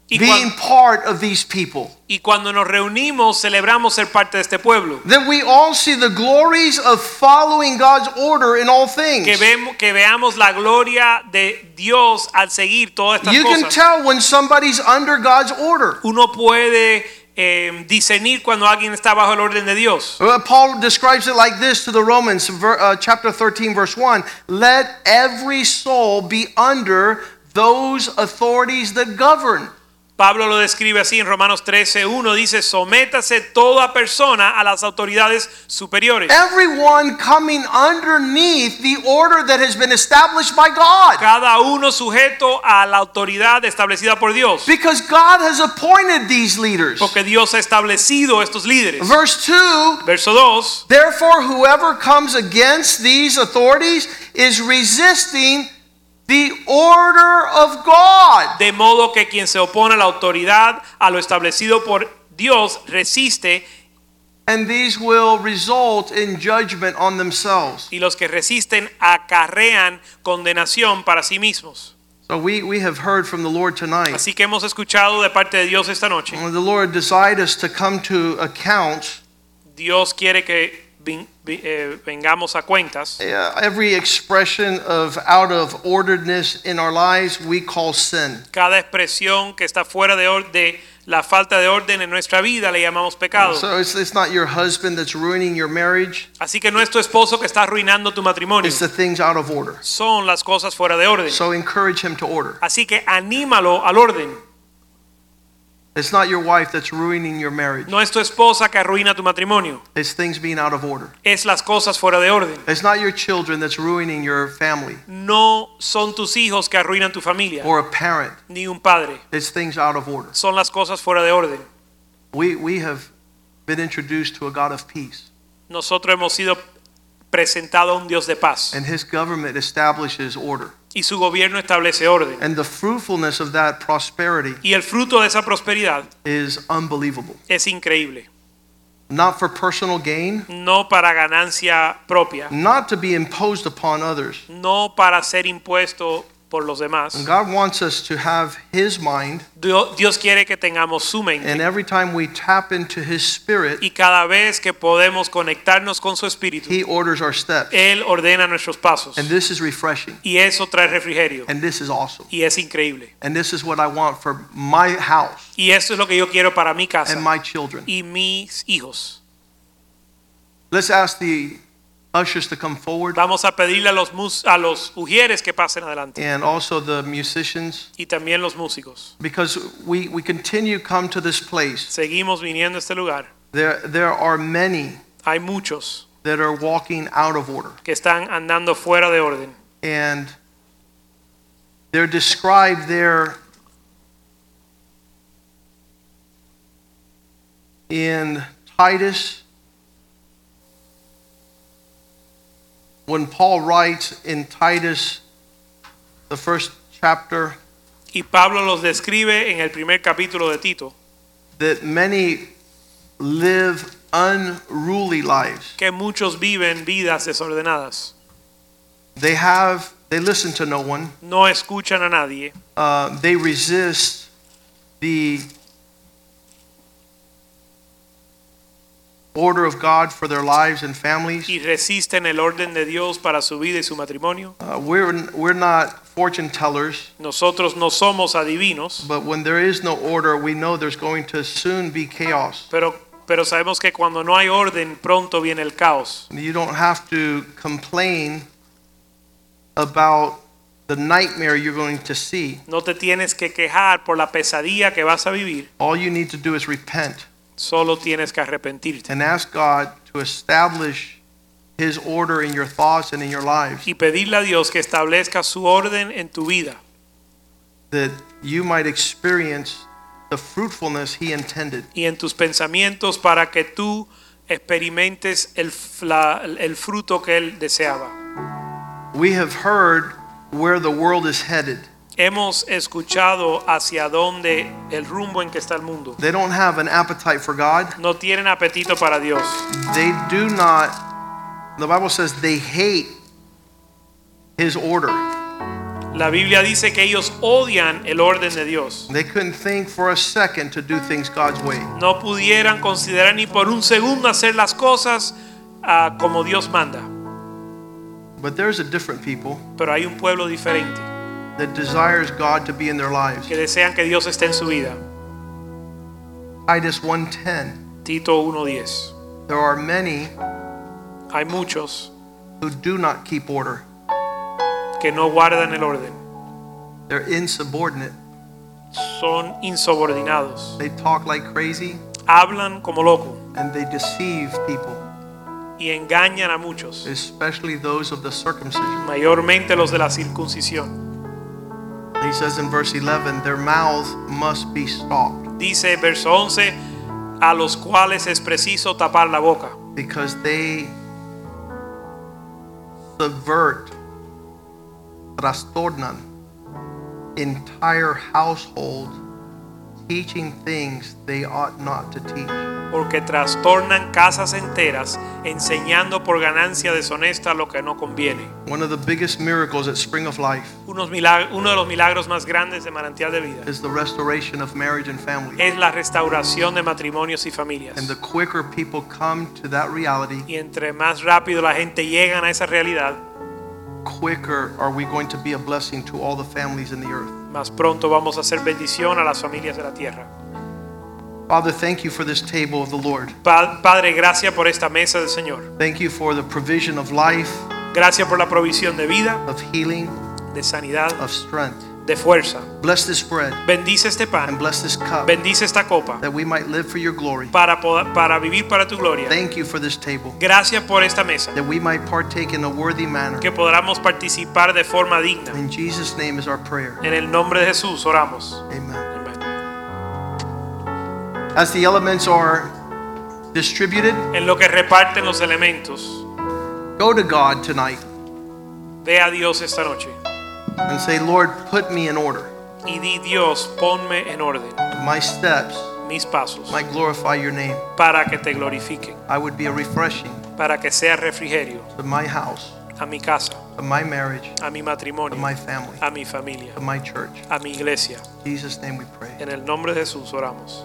[SPEAKER 1] Y,
[SPEAKER 2] being
[SPEAKER 1] cuan-
[SPEAKER 2] part of these people.
[SPEAKER 1] y cuando nos reunimos, celebramos ser parte de este pueblo.
[SPEAKER 2] That we all see the glories of following God's order in all things.
[SPEAKER 1] Que, vemos, que veamos la gloria de Dios al seguir todas estas
[SPEAKER 2] You can
[SPEAKER 1] cosas.
[SPEAKER 2] tell when somebody's under God's order.
[SPEAKER 1] Uno puede eh, discernir cuando alguien está bajo el orden de Dios.
[SPEAKER 2] Uh, Paul describes it like this to the Romans, ver- uh, chapter 13, verse 1. Let every soul be under those authorities that govern.
[SPEAKER 1] Pablo lo describe así en Romanos 13, 1. Dice, sométase toda persona a las autoridades superiores.
[SPEAKER 2] Everyone coming underneath the order that has been established by God.
[SPEAKER 1] cada uno sujeto a la autoridad establecida por Dios,
[SPEAKER 2] Because God has appointed these leaders.
[SPEAKER 1] porque Dios ha establecido estos líderes.
[SPEAKER 2] Verse 2
[SPEAKER 1] Verso 2,
[SPEAKER 2] Therefore, whoever comes against these authorities is resisting the order of God.
[SPEAKER 1] de modo que quien se opone a la autoridad, a lo establecido por Dios, resiste,
[SPEAKER 2] And these will result in judgment on themselves.
[SPEAKER 1] y los que resisten acarrean condenación para sí mismos.
[SPEAKER 2] So we, we have heard from the Lord tonight.
[SPEAKER 1] Así que hemos escuchado de parte de Dios esta noche.
[SPEAKER 2] The Lord desired us to come to account
[SPEAKER 1] Dios quiere que vin- vi- eh, vengamos a cuentas.
[SPEAKER 2] uh, every expression of out of orderedness in our lives we call sin.
[SPEAKER 1] Cada expresión que está fuera de, or- de la falta de orden en nuestra vida le llamamos pecado.
[SPEAKER 2] So it's, it's not your husband that's ruining your marriage,
[SPEAKER 1] Así que no es tu esposo que está arruinando tu matrimonio.
[SPEAKER 2] it's the things out of order.
[SPEAKER 1] Son las cosas fuera de orden.
[SPEAKER 2] So encourage him to order.
[SPEAKER 1] Así que anímalo al orden.
[SPEAKER 2] It's not your wife that's ruining your marriage.
[SPEAKER 1] No es tu esposa que arruina tu matrimonio.
[SPEAKER 2] It's things being out of order.
[SPEAKER 1] Es las cosas fuera de orden.
[SPEAKER 2] It's not your children that's ruining your family
[SPEAKER 1] No son tus hijos que arruinan tu familia,
[SPEAKER 2] or a parent.
[SPEAKER 1] ni un padre.
[SPEAKER 2] It's things out of order.
[SPEAKER 1] Son las cosas fuera de orden.
[SPEAKER 2] We, we have been introduced to a God of peace,
[SPEAKER 1] Nosotros hemos sido presentados a un Dios de paz
[SPEAKER 2] and his government establishes order.
[SPEAKER 1] y su gobierno establece orden.
[SPEAKER 2] And the fruitfulness of that prosperity
[SPEAKER 1] Y el fruto de esa prosperidad
[SPEAKER 2] is unbelievable.
[SPEAKER 1] es increíble.
[SPEAKER 2] Not for personal gain,
[SPEAKER 1] No para ganancia propia,
[SPEAKER 2] not to be imposed upon others.
[SPEAKER 1] no para ser impuesto por los demás.
[SPEAKER 2] And God wants us to have his mind,
[SPEAKER 1] Dio- Dios quiere que tengamos su mente
[SPEAKER 2] and every time we tap into his spirit,
[SPEAKER 1] y cada vez que podemos conectarnos con su espíritu,
[SPEAKER 2] he orders our steps.
[SPEAKER 1] él ordena nuestros pasos
[SPEAKER 2] And this is refreshing,
[SPEAKER 1] y eso trae refrigerio
[SPEAKER 2] and this is awesome.
[SPEAKER 1] y es increíble.
[SPEAKER 2] And this is what I want for my house
[SPEAKER 1] Y eso es lo que yo quiero para mi
[SPEAKER 2] and
[SPEAKER 1] casa
[SPEAKER 2] my children.
[SPEAKER 1] y mis hijos.
[SPEAKER 2] Let's ask the ushers to come forward
[SPEAKER 1] Vamos a pedirle a los mus- a los ujieres que pasen adelante
[SPEAKER 2] and also the musicians
[SPEAKER 1] y también los músicos.
[SPEAKER 2] because we, we continue come to this place.
[SPEAKER 1] Seguimos viniendo a este lugar.
[SPEAKER 2] There, there are many
[SPEAKER 1] Hay muchos
[SPEAKER 2] that are walking out of order
[SPEAKER 1] que están andando fuera de orden
[SPEAKER 2] and they're described there in Titus when Paul writes in Titus the first chapter
[SPEAKER 1] y Pablo los describe en el primer capítulo de Tito,
[SPEAKER 2] that many live unruly lives.
[SPEAKER 1] que muchos viven vidas desordenadas,
[SPEAKER 2] They have they listen to no one.
[SPEAKER 1] no escuchan a nadie,
[SPEAKER 2] Uh, they resist the order of God for their lives and families.
[SPEAKER 1] y resisten el orden de Dios para su vida y su matrimonio.
[SPEAKER 2] Uh, we're, we're not fortune tellers,
[SPEAKER 1] Nosotros no somos adivinos,
[SPEAKER 2] but when there is no order, we know there's going to soon be chaos.
[SPEAKER 1] pero, pero sabemos que cuando no hay orden, pronto viene el caos.
[SPEAKER 2] You don't have to complain about the nightmare you're going to see.
[SPEAKER 1] No te tienes que quejar por la pesadilla que vas a vivir,
[SPEAKER 2] All you need to do is repent
[SPEAKER 1] solo tienes que arrepentirte
[SPEAKER 2] and ask God to establish His order in your thoughts and in your lives
[SPEAKER 1] y pedirle a Dios que establezca su orden en tu vida
[SPEAKER 2] that you might experience the fruitfulness He intended.
[SPEAKER 1] y en tus pensamientos para que tú experimentes el, f- la- el fruto que Él deseaba.
[SPEAKER 2] We have heard where the world is headed.
[SPEAKER 1] Hemos escuchado hacia dónde el rumbo en que está el mundo.
[SPEAKER 2] They don't have an appetite for God.
[SPEAKER 1] No tienen apetito para Dios.
[SPEAKER 2] They do not, the Bible says they hate His order.
[SPEAKER 1] La Biblia dice que ellos odian el orden de Dios.
[SPEAKER 2] They couldn't think for a second to do things God's way.
[SPEAKER 1] No pudieran considerar ni por un segundo hacer las cosas ah, como Dios manda.
[SPEAKER 2] But there's a different people
[SPEAKER 1] Pero hay un pueblo diferente
[SPEAKER 2] that desires God to be in their lives.
[SPEAKER 1] que desean que Dios esté en su vida.
[SPEAKER 2] Titus 1:10.
[SPEAKER 1] Tito 1.10.
[SPEAKER 2] There are many
[SPEAKER 1] Hay muchos
[SPEAKER 2] who do not keep order.
[SPEAKER 1] que no guardan el orden.
[SPEAKER 2] They're insubordinate.
[SPEAKER 1] Son insubordinados.
[SPEAKER 2] They talk like crazy
[SPEAKER 1] Hablan como loco
[SPEAKER 2] and they deceive people,
[SPEAKER 1] y engañan a muchos.
[SPEAKER 2] especially those of the circumcision.
[SPEAKER 1] Mayormente los de la circuncisión.
[SPEAKER 2] He says in verse 11, their mouths must be stopped
[SPEAKER 1] Dice verso 11, a los cuales es preciso tapar la boca.
[SPEAKER 2] because they subvert, trastornan entire households, teaching things they ought not to teach.
[SPEAKER 1] porque trastornan casas enteras enseñando por ganancia deshonesta lo que no conviene.
[SPEAKER 2] One of the biggest miracles at Spring of Life
[SPEAKER 1] Unos milag- uno de los milagros más grandes de Manantial de Vida
[SPEAKER 2] is the restoration of marriage and family.
[SPEAKER 1] es la restauración de matrimonios y
[SPEAKER 2] And the
[SPEAKER 1] familias.
[SPEAKER 2] quicker people come to that reality,
[SPEAKER 1] Y entre más rápido la gente llega a esa realidad,
[SPEAKER 2] quicker are we going to be a blessing to all the families in the earth.
[SPEAKER 1] más pronto vamos a hacer bendición a las familias de la tierra.
[SPEAKER 2] Father, thank you for this table of the Lord.
[SPEAKER 1] Pa- Padre, gracias por esta mesa del Señor.
[SPEAKER 2] Thank you for the provision of life,
[SPEAKER 1] Gracias por la provisión de vida,
[SPEAKER 2] of healing,
[SPEAKER 1] de sanidad,
[SPEAKER 2] of strength.
[SPEAKER 1] de fuerza.
[SPEAKER 2] Bless this bread
[SPEAKER 1] Bendice este
[SPEAKER 2] and
[SPEAKER 1] pan,
[SPEAKER 2] bless this cup
[SPEAKER 1] bendice esta copa
[SPEAKER 2] that we might live for your glory.
[SPEAKER 1] para, poda- para vivir para tu gloria.
[SPEAKER 2] Thank you for this table
[SPEAKER 1] Gracias por esta mesa.
[SPEAKER 2] that we might partake in a worthy manner.
[SPEAKER 1] que podamos participar de forma digna.
[SPEAKER 2] In Jesus' name is our prayer.
[SPEAKER 1] En el nombre de Jesús oramos.
[SPEAKER 2] Amen.
[SPEAKER 1] Amén.
[SPEAKER 2] As the elements are distributed,
[SPEAKER 1] En lo que reparten los elementos,
[SPEAKER 2] go to God tonight
[SPEAKER 1] ve a Dios esta noche
[SPEAKER 2] and say, Lord, put me in order.
[SPEAKER 1] y di Dios, ponme en orden
[SPEAKER 2] My steps
[SPEAKER 1] mis pasos
[SPEAKER 2] might glorify your name.
[SPEAKER 1] para que te glorifiquen,
[SPEAKER 2] I would be a refreshing
[SPEAKER 1] para que sea refrigerio
[SPEAKER 2] to my house,
[SPEAKER 1] a mi casa,
[SPEAKER 2] to my marriage,
[SPEAKER 1] a mi
[SPEAKER 2] to
[SPEAKER 1] matrimonio,
[SPEAKER 2] my family,
[SPEAKER 1] a mi familia,
[SPEAKER 2] to my church.
[SPEAKER 1] a mi iglesia.
[SPEAKER 2] In Jesus' name we pray.
[SPEAKER 1] En el nombre de Jesús oramos.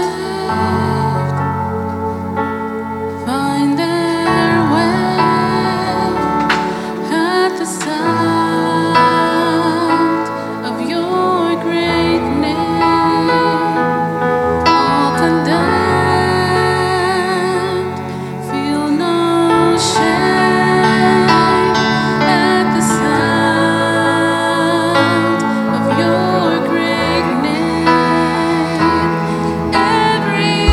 [SPEAKER 3] Saved, find their way at the sound of Your great name. All condemned, feel no shame at the sound of Your great name. Every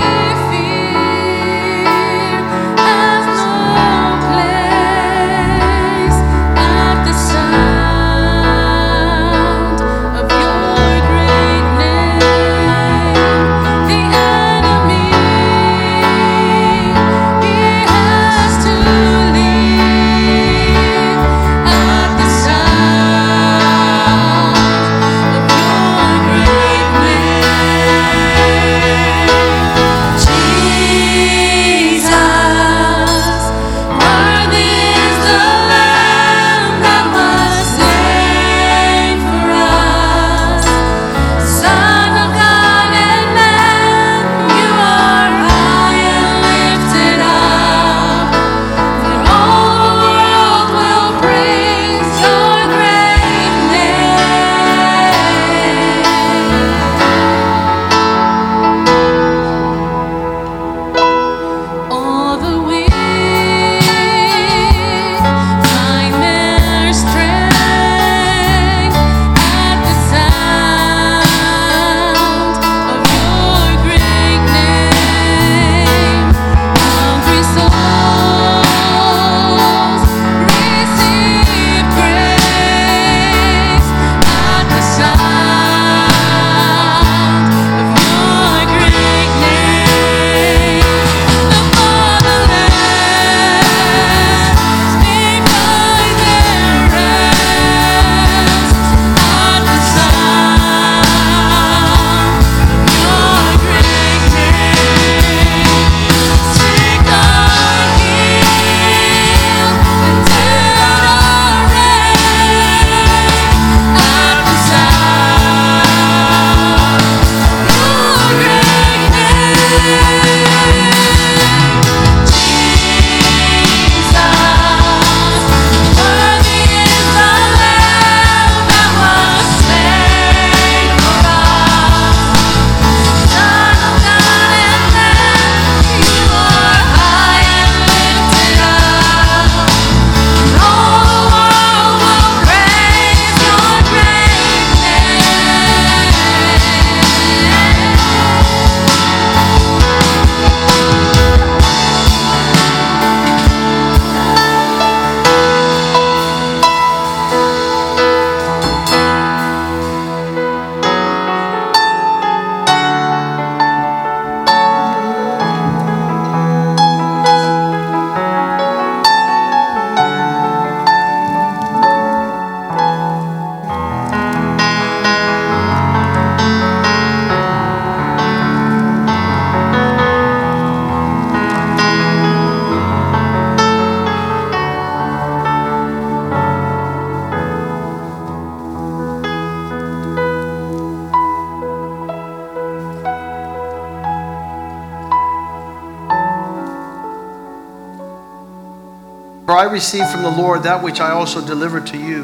[SPEAKER 2] For I received from the Lord that which I also delivered to you,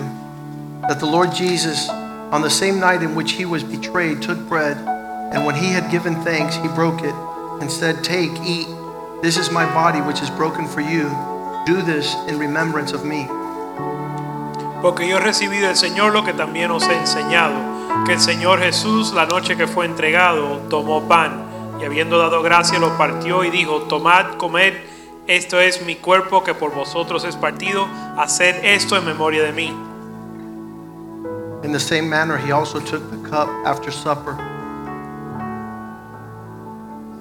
[SPEAKER 2] that the Lord Jesus, on the same night in which he was betrayed, took bread, and when he had given thanks, he broke it and said, Take, eat. This is my body, which is broken for you. Do this in remembrance of me.
[SPEAKER 1] Porque yo recibí del Señor lo que también os he enseñado, que el Señor Jesús, la noche que fue entregado, tomó pan y habiendo dado gracia lo partió y dijo, tomad, comed, esto es mi cuerpo que por vosotros es partido, haced esto en memoria de mí.
[SPEAKER 2] In the same manner, he also took the cup after supper,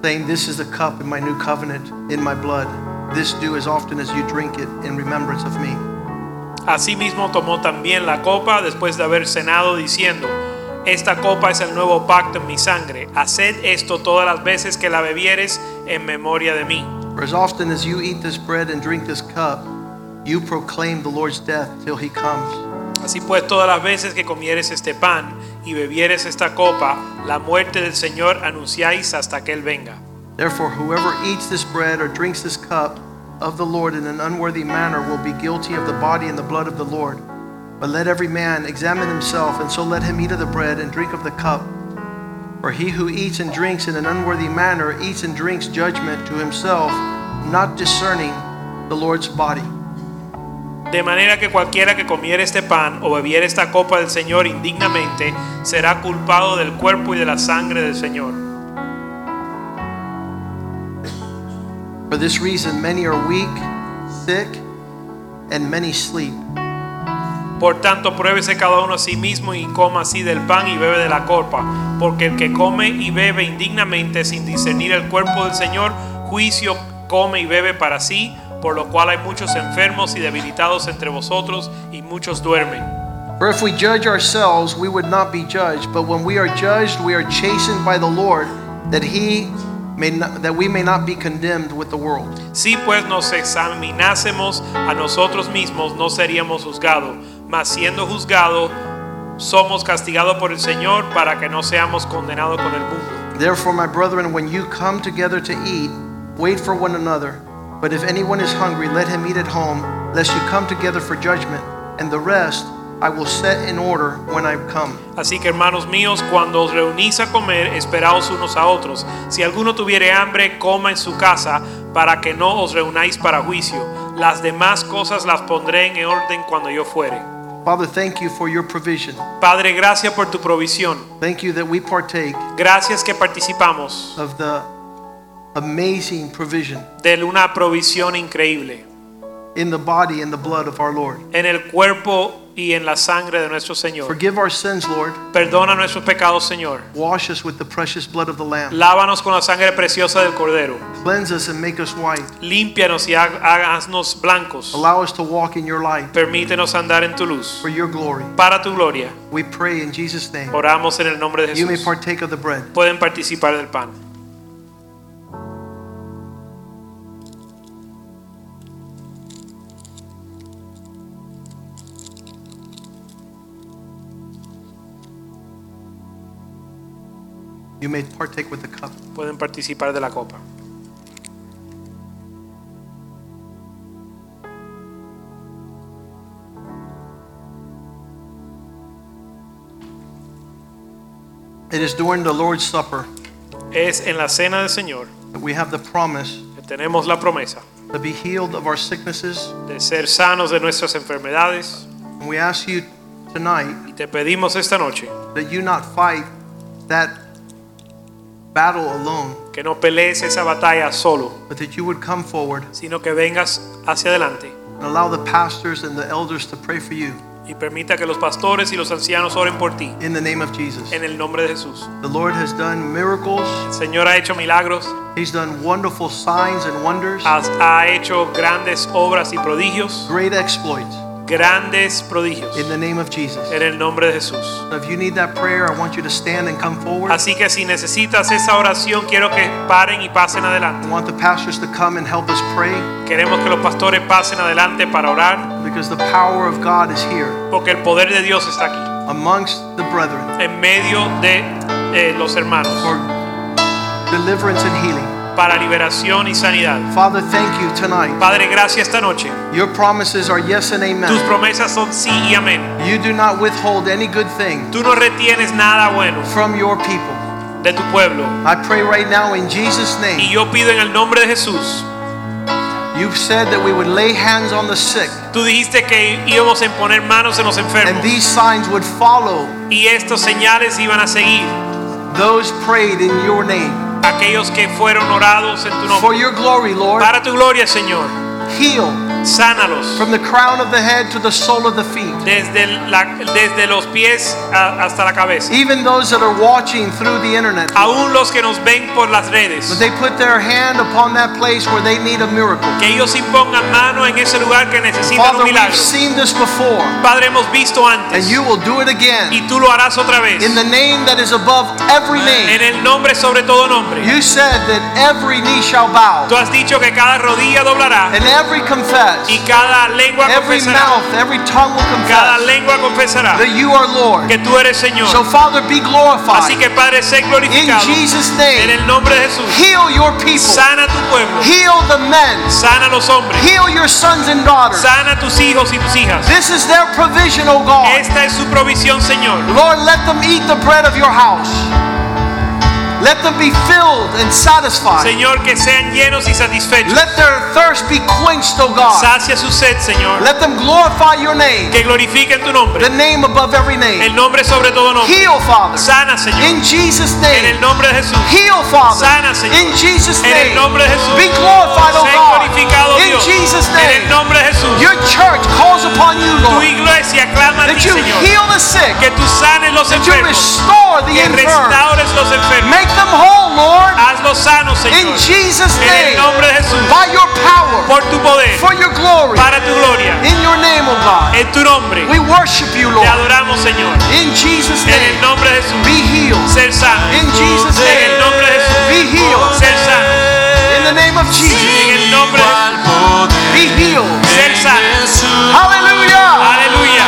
[SPEAKER 2] saying, This is the cup in my new covenant, in my blood. This do as often as you drink it in remembrance of me.
[SPEAKER 1] Asimismo tomó también la copa después de haber cenado diciendo, esta copa es el nuevo pacto en mi sangre, haced esto todas las veces que la bebieres en memoria de mí.
[SPEAKER 2] For as often as you eat this bread and drink this cup, you proclaim the Lord's death till he comes.
[SPEAKER 1] Así pues, todas las veces que comieres este pan y bebieres esta copa, la muerte del Señor anunciáis hasta que Él venga.
[SPEAKER 2] Therefore, whoever eats this bread or drinks this cup of the Lord in an unworthy manner will be guilty of the body and the blood of the Lord. But let every man examine himself, and so let him eat of the bread and drink of the cup. For he who eats and drinks in an unworthy manner eats and drinks judgment to himself, not discerning the Lord's body.
[SPEAKER 1] De manera que cualquiera que comiere este pan o bebiere esta copa del Señor indignamente, será culpado del cuerpo y de la sangre del Señor.
[SPEAKER 2] For this reason, many are weak, sick, and many sleep.
[SPEAKER 1] Por tanto, pruébese cada uno a sí mismo y coma así del pan y bebe de la copa, porque el que come y bebe indignamente sin discernir el cuerpo del Señor, juicio come y bebe para sí, por lo cual hay muchos enfermos y debilitados entre vosotros y muchos duermen.
[SPEAKER 2] For if we judge ourselves, we would not be judged. But when we are judged, we are chastened by the Lord, that He may not, that we may not be condemned with the world.
[SPEAKER 1] Si pues nos examinásemos a nosotros mismos, no seríamos juzgados, mas siendo juzgados, somos castigados por el Señor para que no seamos condenados con el mundo.
[SPEAKER 2] Therefore, my brethren, when you come together to eat, wait for one another. But if anyone is hungry, let him eat at home, lest you come together for judgment. And the rest I will set in order when I come.
[SPEAKER 1] Así que hermanos míos, cuando os reunís a comer, esperaos unos a otros. Si alguno tuviere hambre, coma en su casa, para que no os reunáis para juicio. Las demás cosas las pondré en orden cuando yo fuere.
[SPEAKER 2] Father, thank you for your provision.
[SPEAKER 1] Padre, gracias por tu provisión.
[SPEAKER 2] Thank you that we partake
[SPEAKER 1] Gracias que participamos
[SPEAKER 2] of the amazing provision
[SPEAKER 1] de una provisión increíble
[SPEAKER 2] in the body and the blood of our Lord.
[SPEAKER 1] en el cuerpo y en la sangre de nuestro Señor.
[SPEAKER 2] Forgive our sins, Lord.
[SPEAKER 1] Perdona nuestros pecados, Señor.
[SPEAKER 2] Wash us with the precious blood of the Lamb.
[SPEAKER 1] Lávanos con la sangre preciosa del Cordero.
[SPEAKER 2] Cleanse us and make us white.
[SPEAKER 1] Límpianos y ha- háganos blancos.
[SPEAKER 2] Allow us to walk in your light
[SPEAKER 1] Permítenos andar en tu luz.
[SPEAKER 2] for your glory.
[SPEAKER 1] Para tu gloria.
[SPEAKER 2] We pray in Jesus' name.
[SPEAKER 1] Oramos en el nombre de
[SPEAKER 2] You may
[SPEAKER 1] Jesús.
[SPEAKER 2] partake of the bread.
[SPEAKER 1] Pueden participar del pan.
[SPEAKER 2] You may partake with the cup.
[SPEAKER 1] Pueden participar de la copa.
[SPEAKER 2] It is during the Lord's Supper
[SPEAKER 1] Es en la cena del Señor
[SPEAKER 2] that we have the promise
[SPEAKER 1] que tenemos la promesa
[SPEAKER 2] to be healed of our sicknesses.
[SPEAKER 1] de ser sanos de nuestras enfermedades.
[SPEAKER 2] And we ask you tonight
[SPEAKER 1] Y te pedimos esta noche
[SPEAKER 2] that you not fight that battle alone,
[SPEAKER 1] que no pelees esa batalla solo,
[SPEAKER 2] but that you would come forward
[SPEAKER 1] sino que vengas hacia adelante
[SPEAKER 2] and allow the pastors and the elders to pray for you
[SPEAKER 1] y permita que los pastores y los ancianos oren por ti.
[SPEAKER 2] in the name of Jesus.
[SPEAKER 1] En el nombre de Jesús.
[SPEAKER 2] The Lord has done miracles,
[SPEAKER 1] El Señor ha hecho milagros,
[SPEAKER 2] He's done wonderful signs and wonders,
[SPEAKER 1] ha, ha hecho grandes obras y prodigios,
[SPEAKER 2] great exploits
[SPEAKER 1] grandes prodigios.
[SPEAKER 2] in the name of Jesus.
[SPEAKER 1] En el nombre de Jesús.
[SPEAKER 2] So If you need that prayer, I want you to stand and come forward. I
[SPEAKER 1] Así que si necesitas esa oración, quiero que paren y pasen adelante.
[SPEAKER 2] want the pastors to come and help us pray
[SPEAKER 1] Queremos que los pastores pasen adelante para orar,
[SPEAKER 2] because the power of God is here
[SPEAKER 1] porque el poder de Dios está aquí,
[SPEAKER 2] amongst the brethren
[SPEAKER 1] en medio de eh, los hermanos,
[SPEAKER 2] for deliverance and healing.
[SPEAKER 1] para liberación y sanidad.
[SPEAKER 2] Father, thank you tonight.
[SPEAKER 1] Padre, gracias esta noche.
[SPEAKER 2] Your promises are yes and
[SPEAKER 1] Tus
[SPEAKER 2] amen.
[SPEAKER 1] promesas son sí y amén.
[SPEAKER 2] You do not withhold any good thing
[SPEAKER 1] Tú no retienes nada bueno
[SPEAKER 2] from your people.
[SPEAKER 1] de tu pueblo.
[SPEAKER 2] I pray right now in Jesus'
[SPEAKER 1] Y
[SPEAKER 2] name.
[SPEAKER 1] yo pido en el nombre de Jesús.
[SPEAKER 2] You've said that we would lay hands on the sick,
[SPEAKER 1] Tú dijiste que íbamos a poner manos en los
[SPEAKER 2] and
[SPEAKER 1] enfermos.
[SPEAKER 2] these signs would follow
[SPEAKER 1] Y estos señales iban a seguir
[SPEAKER 2] those prayed in your name.
[SPEAKER 1] aquellos que fueron orados en
[SPEAKER 2] For
[SPEAKER 1] tu nombre.
[SPEAKER 2] your glory, Lord,
[SPEAKER 1] Para tu gloria, Señor.
[SPEAKER 2] heal
[SPEAKER 1] Sánalos.
[SPEAKER 2] from the crown of the head to the sole of the feet.
[SPEAKER 1] Desde, la- desde los pies a- hasta la cabeza.
[SPEAKER 2] Even those that are watching through the internet,
[SPEAKER 1] Aún los que nos ven por las
[SPEAKER 2] but
[SPEAKER 1] redes.
[SPEAKER 2] they put their hand upon that place where they need a miracle.
[SPEAKER 1] Que ellos impongan mano en ese lugar que necesitan un
[SPEAKER 2] Father, we've
[SPEAKER 1] milagro.
[SPEAKER 2] seen this before,
[SPEAKER 1] Padre, hemos visto
[SPEAKER 2] and
[SPEAKER 1] antes.
[SPEAKER 2] you will do it again
[SPEAKER 1] Y tú lo harás otra vez.
[SPEAKER 2] in the name that is above every
[SPEAKER 1] En
[SPEAKER 2] name.
[SPEAKER 1] el nombre sobre todo nombre.
[SPEAKER 2] You said that every knee shall bow.
[SPEAKER 1] Tú has dicho que cada rodilla doblará
[SPEAKER 2] And every confess,
[SPEAKER 1] y cada lengua
[SPEAKER 2] every
[SPEAKER 1] confesará.
[SPEAKER 2] mouth, every tongue will
[SPEAKER 1] Cada
[SPEAKER 2] confess
[SPEAKER 1] lengua confesará
[SPEAKER 2] that you are Lord.
[SPEAKER 1] que tú eres
[SPEAKER 2] So,
[SPEAKER 1] Señor.
[SPEAKER 2] Father, be
[SPEAKER 1] Así
[SPEAKER 2] glorified.
[SPEAKER 1] que Padre, sé
[SPEAKER 2] In
[SPEAKER 1] glorificado.
[SPEAKER 2] Jesus'
[SPEAKER 1] En
[SPEAKER 2] name,
[SPEAKER 1] el nombre de Jesús.
[SPEAKER 2] heal your people,
[SPEAKER 1] Sana tu pueblo.
[SPEAKER 2] heal the men,
[SPEAKER 1] Sana los hombres.
[SPEAKER 2] heal your sons and daughters.
[SPEAKER 1] Sana a tus hijos y tus hijas.
[SPEAKER 2] This is their provision, O God.
[SPEAKER 1] Esta es su provisión, Señor.
[SPEAKER 2] Lord, let them eat the bread of your house. Let them be filled and satisfied.
[SPEAKER 1] Señor, que sean llenos y satisfechos.
[SPEAKER 2] Let their thirst be quenched, O God.
[SPEAKER 1] Sacia su sed, Señor.
[SPEAKER 2] Let them glorify your name,
[SPEAKER 1] Que glorifiquen tu
[SPEAKER 2] the
[SPEAKER 1] nombre.
[SPEAKER 2] name above every
[SPEAKER 1] El
[SPEAKER 2] name.
[SPEAKER 1] nombre sobre todo nombre.
[SPEAKER 2] Heal, Father.
[SPEAKER 1] Sana, Señor.
[SPEAKER 2] In Jesus'
[SPEAKER 1] En
[SPEAKER 2] name.
[SPEAKER 1] el nombre de Jesús.
[SPEAKER 2] Heal, Father.
[SPEAKER 1] Sana, Señor.
[SPEAKER 2] In Jesus'
[SPEAKER 1] En
[SPEAKER 2] name.
[SPEAKER 1] el nombre de Jesús.
[SPEAKER 2] Be glorified, O
[SPEAKER 1] Sé
[SPEAKER 2] God.
[SPEAKER 1] glorificado
[SPEAKER 2] In
[SPEAKER 1] Dios.
[SPEAKER 2] Jesus'
[SPEAKER 1] En el
[SPEAKER 2] name.
[SPEAKER 1] nombre de Jesús.
[SPEAKER 2] Your church calls upon you,
[SPEAKER 1] tu
[SPEAKER 2] Lord,
[SPEAKER 1] iglesia clama a
[SPEAKER 2] that
[SPEAKER 1] ti,
[SPEAKER 2] you
[SPEAKER 1] Señor.
[SPEAKER 2] heal the sick,
[SPEAKER 1] Que tú sanes los
[SPEAKER 2] that you
[SPEAKER 1] enfermos.
[SPEAKER 2] restore the
[SPEAKER 1] Que
[SPEAKER 2] infirm.
[SPEAKER 1] restaures los enfermos.
[SPEAKER 2] Make them whole, Lord.
[SPEAKER 1] Hazlos sanos,
[SPEAKER 2] In
[SPEAKER 1] Señor.
[SPEAKER 2] Jesus'
[SPEAKER 1] En
[SPEAKER 2] name.
[SPEAKER 1] el nombre de Jesús.
[SPEAKER 2] By your power.
[SPEAKER 1] Por tu poder.
[SPEAKER 2] For your glory.
[SPEAKER 1] Para tu gloria.
[SPEAKER 2] In your name, O God.
[SPEAKER 1] En tu nombre.
[SPEAKER 2] We worship you,
[SPEAKER 1] Te
[SPEAKER 2] Lord.
[SPEAKER 1] adoramos, Señor.
[SPEAKER 2] In Jesus'
[SPEAKER 1] En el
[SPEAKER 2] name.
[SPEAKER 1] nombre de Jesús.
[SPEAKER 2] Be healed.
[SPEAKER 1] Ser sano.
[SPEAKER 2] In Jesus'
[SPEAKER 1] En el
[SPEAKER 2] name.
[SPEAKER 1] nombre de Jesús.
[SPEAKER 2] Be healed.
[SPEAKER 1] Ser sano.
[SPEAKER 2] In the name of Jesus.
[SPEAKER 1] En el nombre de Jesús.
[SPEAKER 2] Be healed.
[SPEAKER 1] Ser sano.
[SPEAKER 2] Hallelujah.
[SPEAKER 1] Aleluya.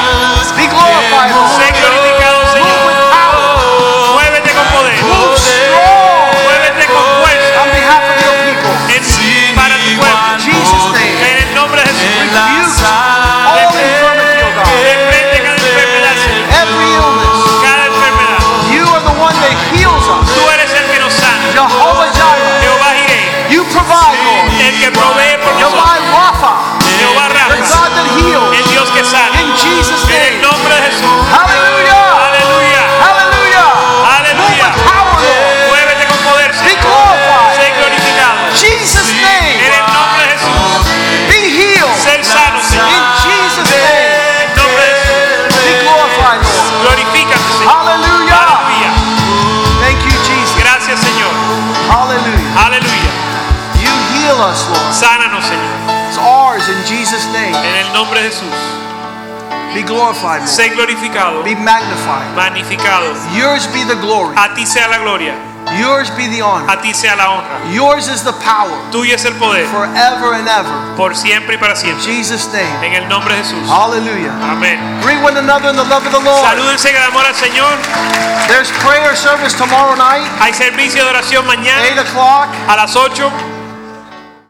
[SPEAKER 2] Be glorified,
[SPEAKER 1] Sé
[SPEAKER 2] Lord.
[SPEAKER 1] glorificado,
[SPEAKER 2] Move
[SPEAKER 1] Señor.
[SPEAKER 2] with power.
[SPEAKER 1] Muévete con poder.
[SPEAKER 2] Move strong
[SPEAKER 1] Muévete con
[SPEAKER 2] on
[SPEAKER 1] fuerza.
[SPEAKER 2] behalf of your people.
[SPEAKER 1] En, para tu
[SPEAKER 2] In
[SPEAKER 1] pueblo.
[SPEAKER 2] Jesus' name.
[SPEAKER 1] En el nombre de Jesús.
[SPEAKER 2] Rebuke all infirmity, O God.
[SPEAKER 1] Reprende cada enfermedad, Señor.
[SPEAKER 2] Every illness.
[SPEAKER 1] Cada enfermedad.
[SPEAKER 2] You are the one that heals us.
[SPEAKER 1] Tú eres el que nos sana.
[SPEAKER 2] Jehovah Jireh.
[SPEAKER 1] Jehová Jireh.
[SPEAKER 2] You provide, Lord.
[SPEAKER 1] El que provee por nosotros.
[SPEAKER 2] Jehovah Rapha.
[SPEAKER 1] Jehová
[SPEAKER 2] The
[SPEAKER 1] Rafa.
[SPEAKER 2] God that heals.
[SPEAKER 1] El Dios que sana.
[SPEAKER 2] In Jesus'
[SPEAKER 1] En el
[SPEAKER 2] name.
[SPEAKER 1] nombre de Jesús.
[SPEAKER 2] Hallelujah.
[SPEAKER 1] Aleluya.
[SPEAKER 2] Hallelujah. Move
[SPEAKER 1] Aleluya.
[SPEAKER 2] with power, Lord.
[SPEAKER 1] Muévete con poder,
[SPEAKER 2] Be
[SPEAKER 1] Señor.
[SPEAKER 2] glorified.
[SPEAKER 1] Sé glorificado.
[SPEAKER 2] Jesus'
[SPEAKER 1] En
[SPEAKER 2] name.
[SPEAKER 1] el nombre de Jesús.
[SPEAKER 2] Be healed.
[SPEAKER 1] Ser sano,
[SPEAKER 2] In
[SPEAKER 1] Señor.
[SPEAKER 2] Jesus' name.
[SPEAKER 1] En el nombre de Jesús.
[SPEAKER 2] Be glorified, Lord.
[SPEAKER 1] Glorifícate, Señor.
[SPEAKER 2] Hallelujah.
[SPEAKER 1] Aleluya.
[SPEAKER 2] Thank you, Jesus.
[SPEAKER 1] Gracias, Señor.
[SPEAKER 2] Hallelujah.
[SPEAKER 1] Aleluya.
[SPEAKER 2] You heal us, Lord.
[SPEAKER 1] Sánanos, Señor.
[SPEAKER 2] It's ours in Jesus' name.
[SPEAKER 1] En el nombre de Jesús.
[SPEAKER 2] Be glorified, Lord.
[SPEAKER 1] Sé glorificado.
[SPEAKER 2] Be magnified.
[SPEAKER 1] Magnificado.
[SPEAKER 2] Yours be the glory.
[SPEAKER 1] A ti sea la gloria.
[SPEAKER 2] Yours be the honor.
[SPEAKER 1] A ti sea la honra.
[SPEAKER 2] Yours is the power
[SPEAKER 1] Tuyo es el poder.
[SPEAKER 2] forever and ever.
[SPEAKER 1] Por siempre y para
[SPEAKER 2] In
[SPEAKER 1] siempre.
[SPEAKER 2] Jesus' name.
[SPEAKER 1] En el nombre de Jesús.
[SPEAKER 2] Hallelujah.
[SPEAKER 1] Amén.
[SPEAKER 2] Greet one another in the love of the Lord.
[SPEAKER 1] Salúdense en el amor al Señor.
[SPEAKER 2] There's prayer service tomorrow night,
[SPEAKER 1] Hay servicio de oración
[SPEAKER 2] 8
[SPEAKER 1] mañana
[SPEAKER 2] o'clock.
[SPEAKER 1] a las 8.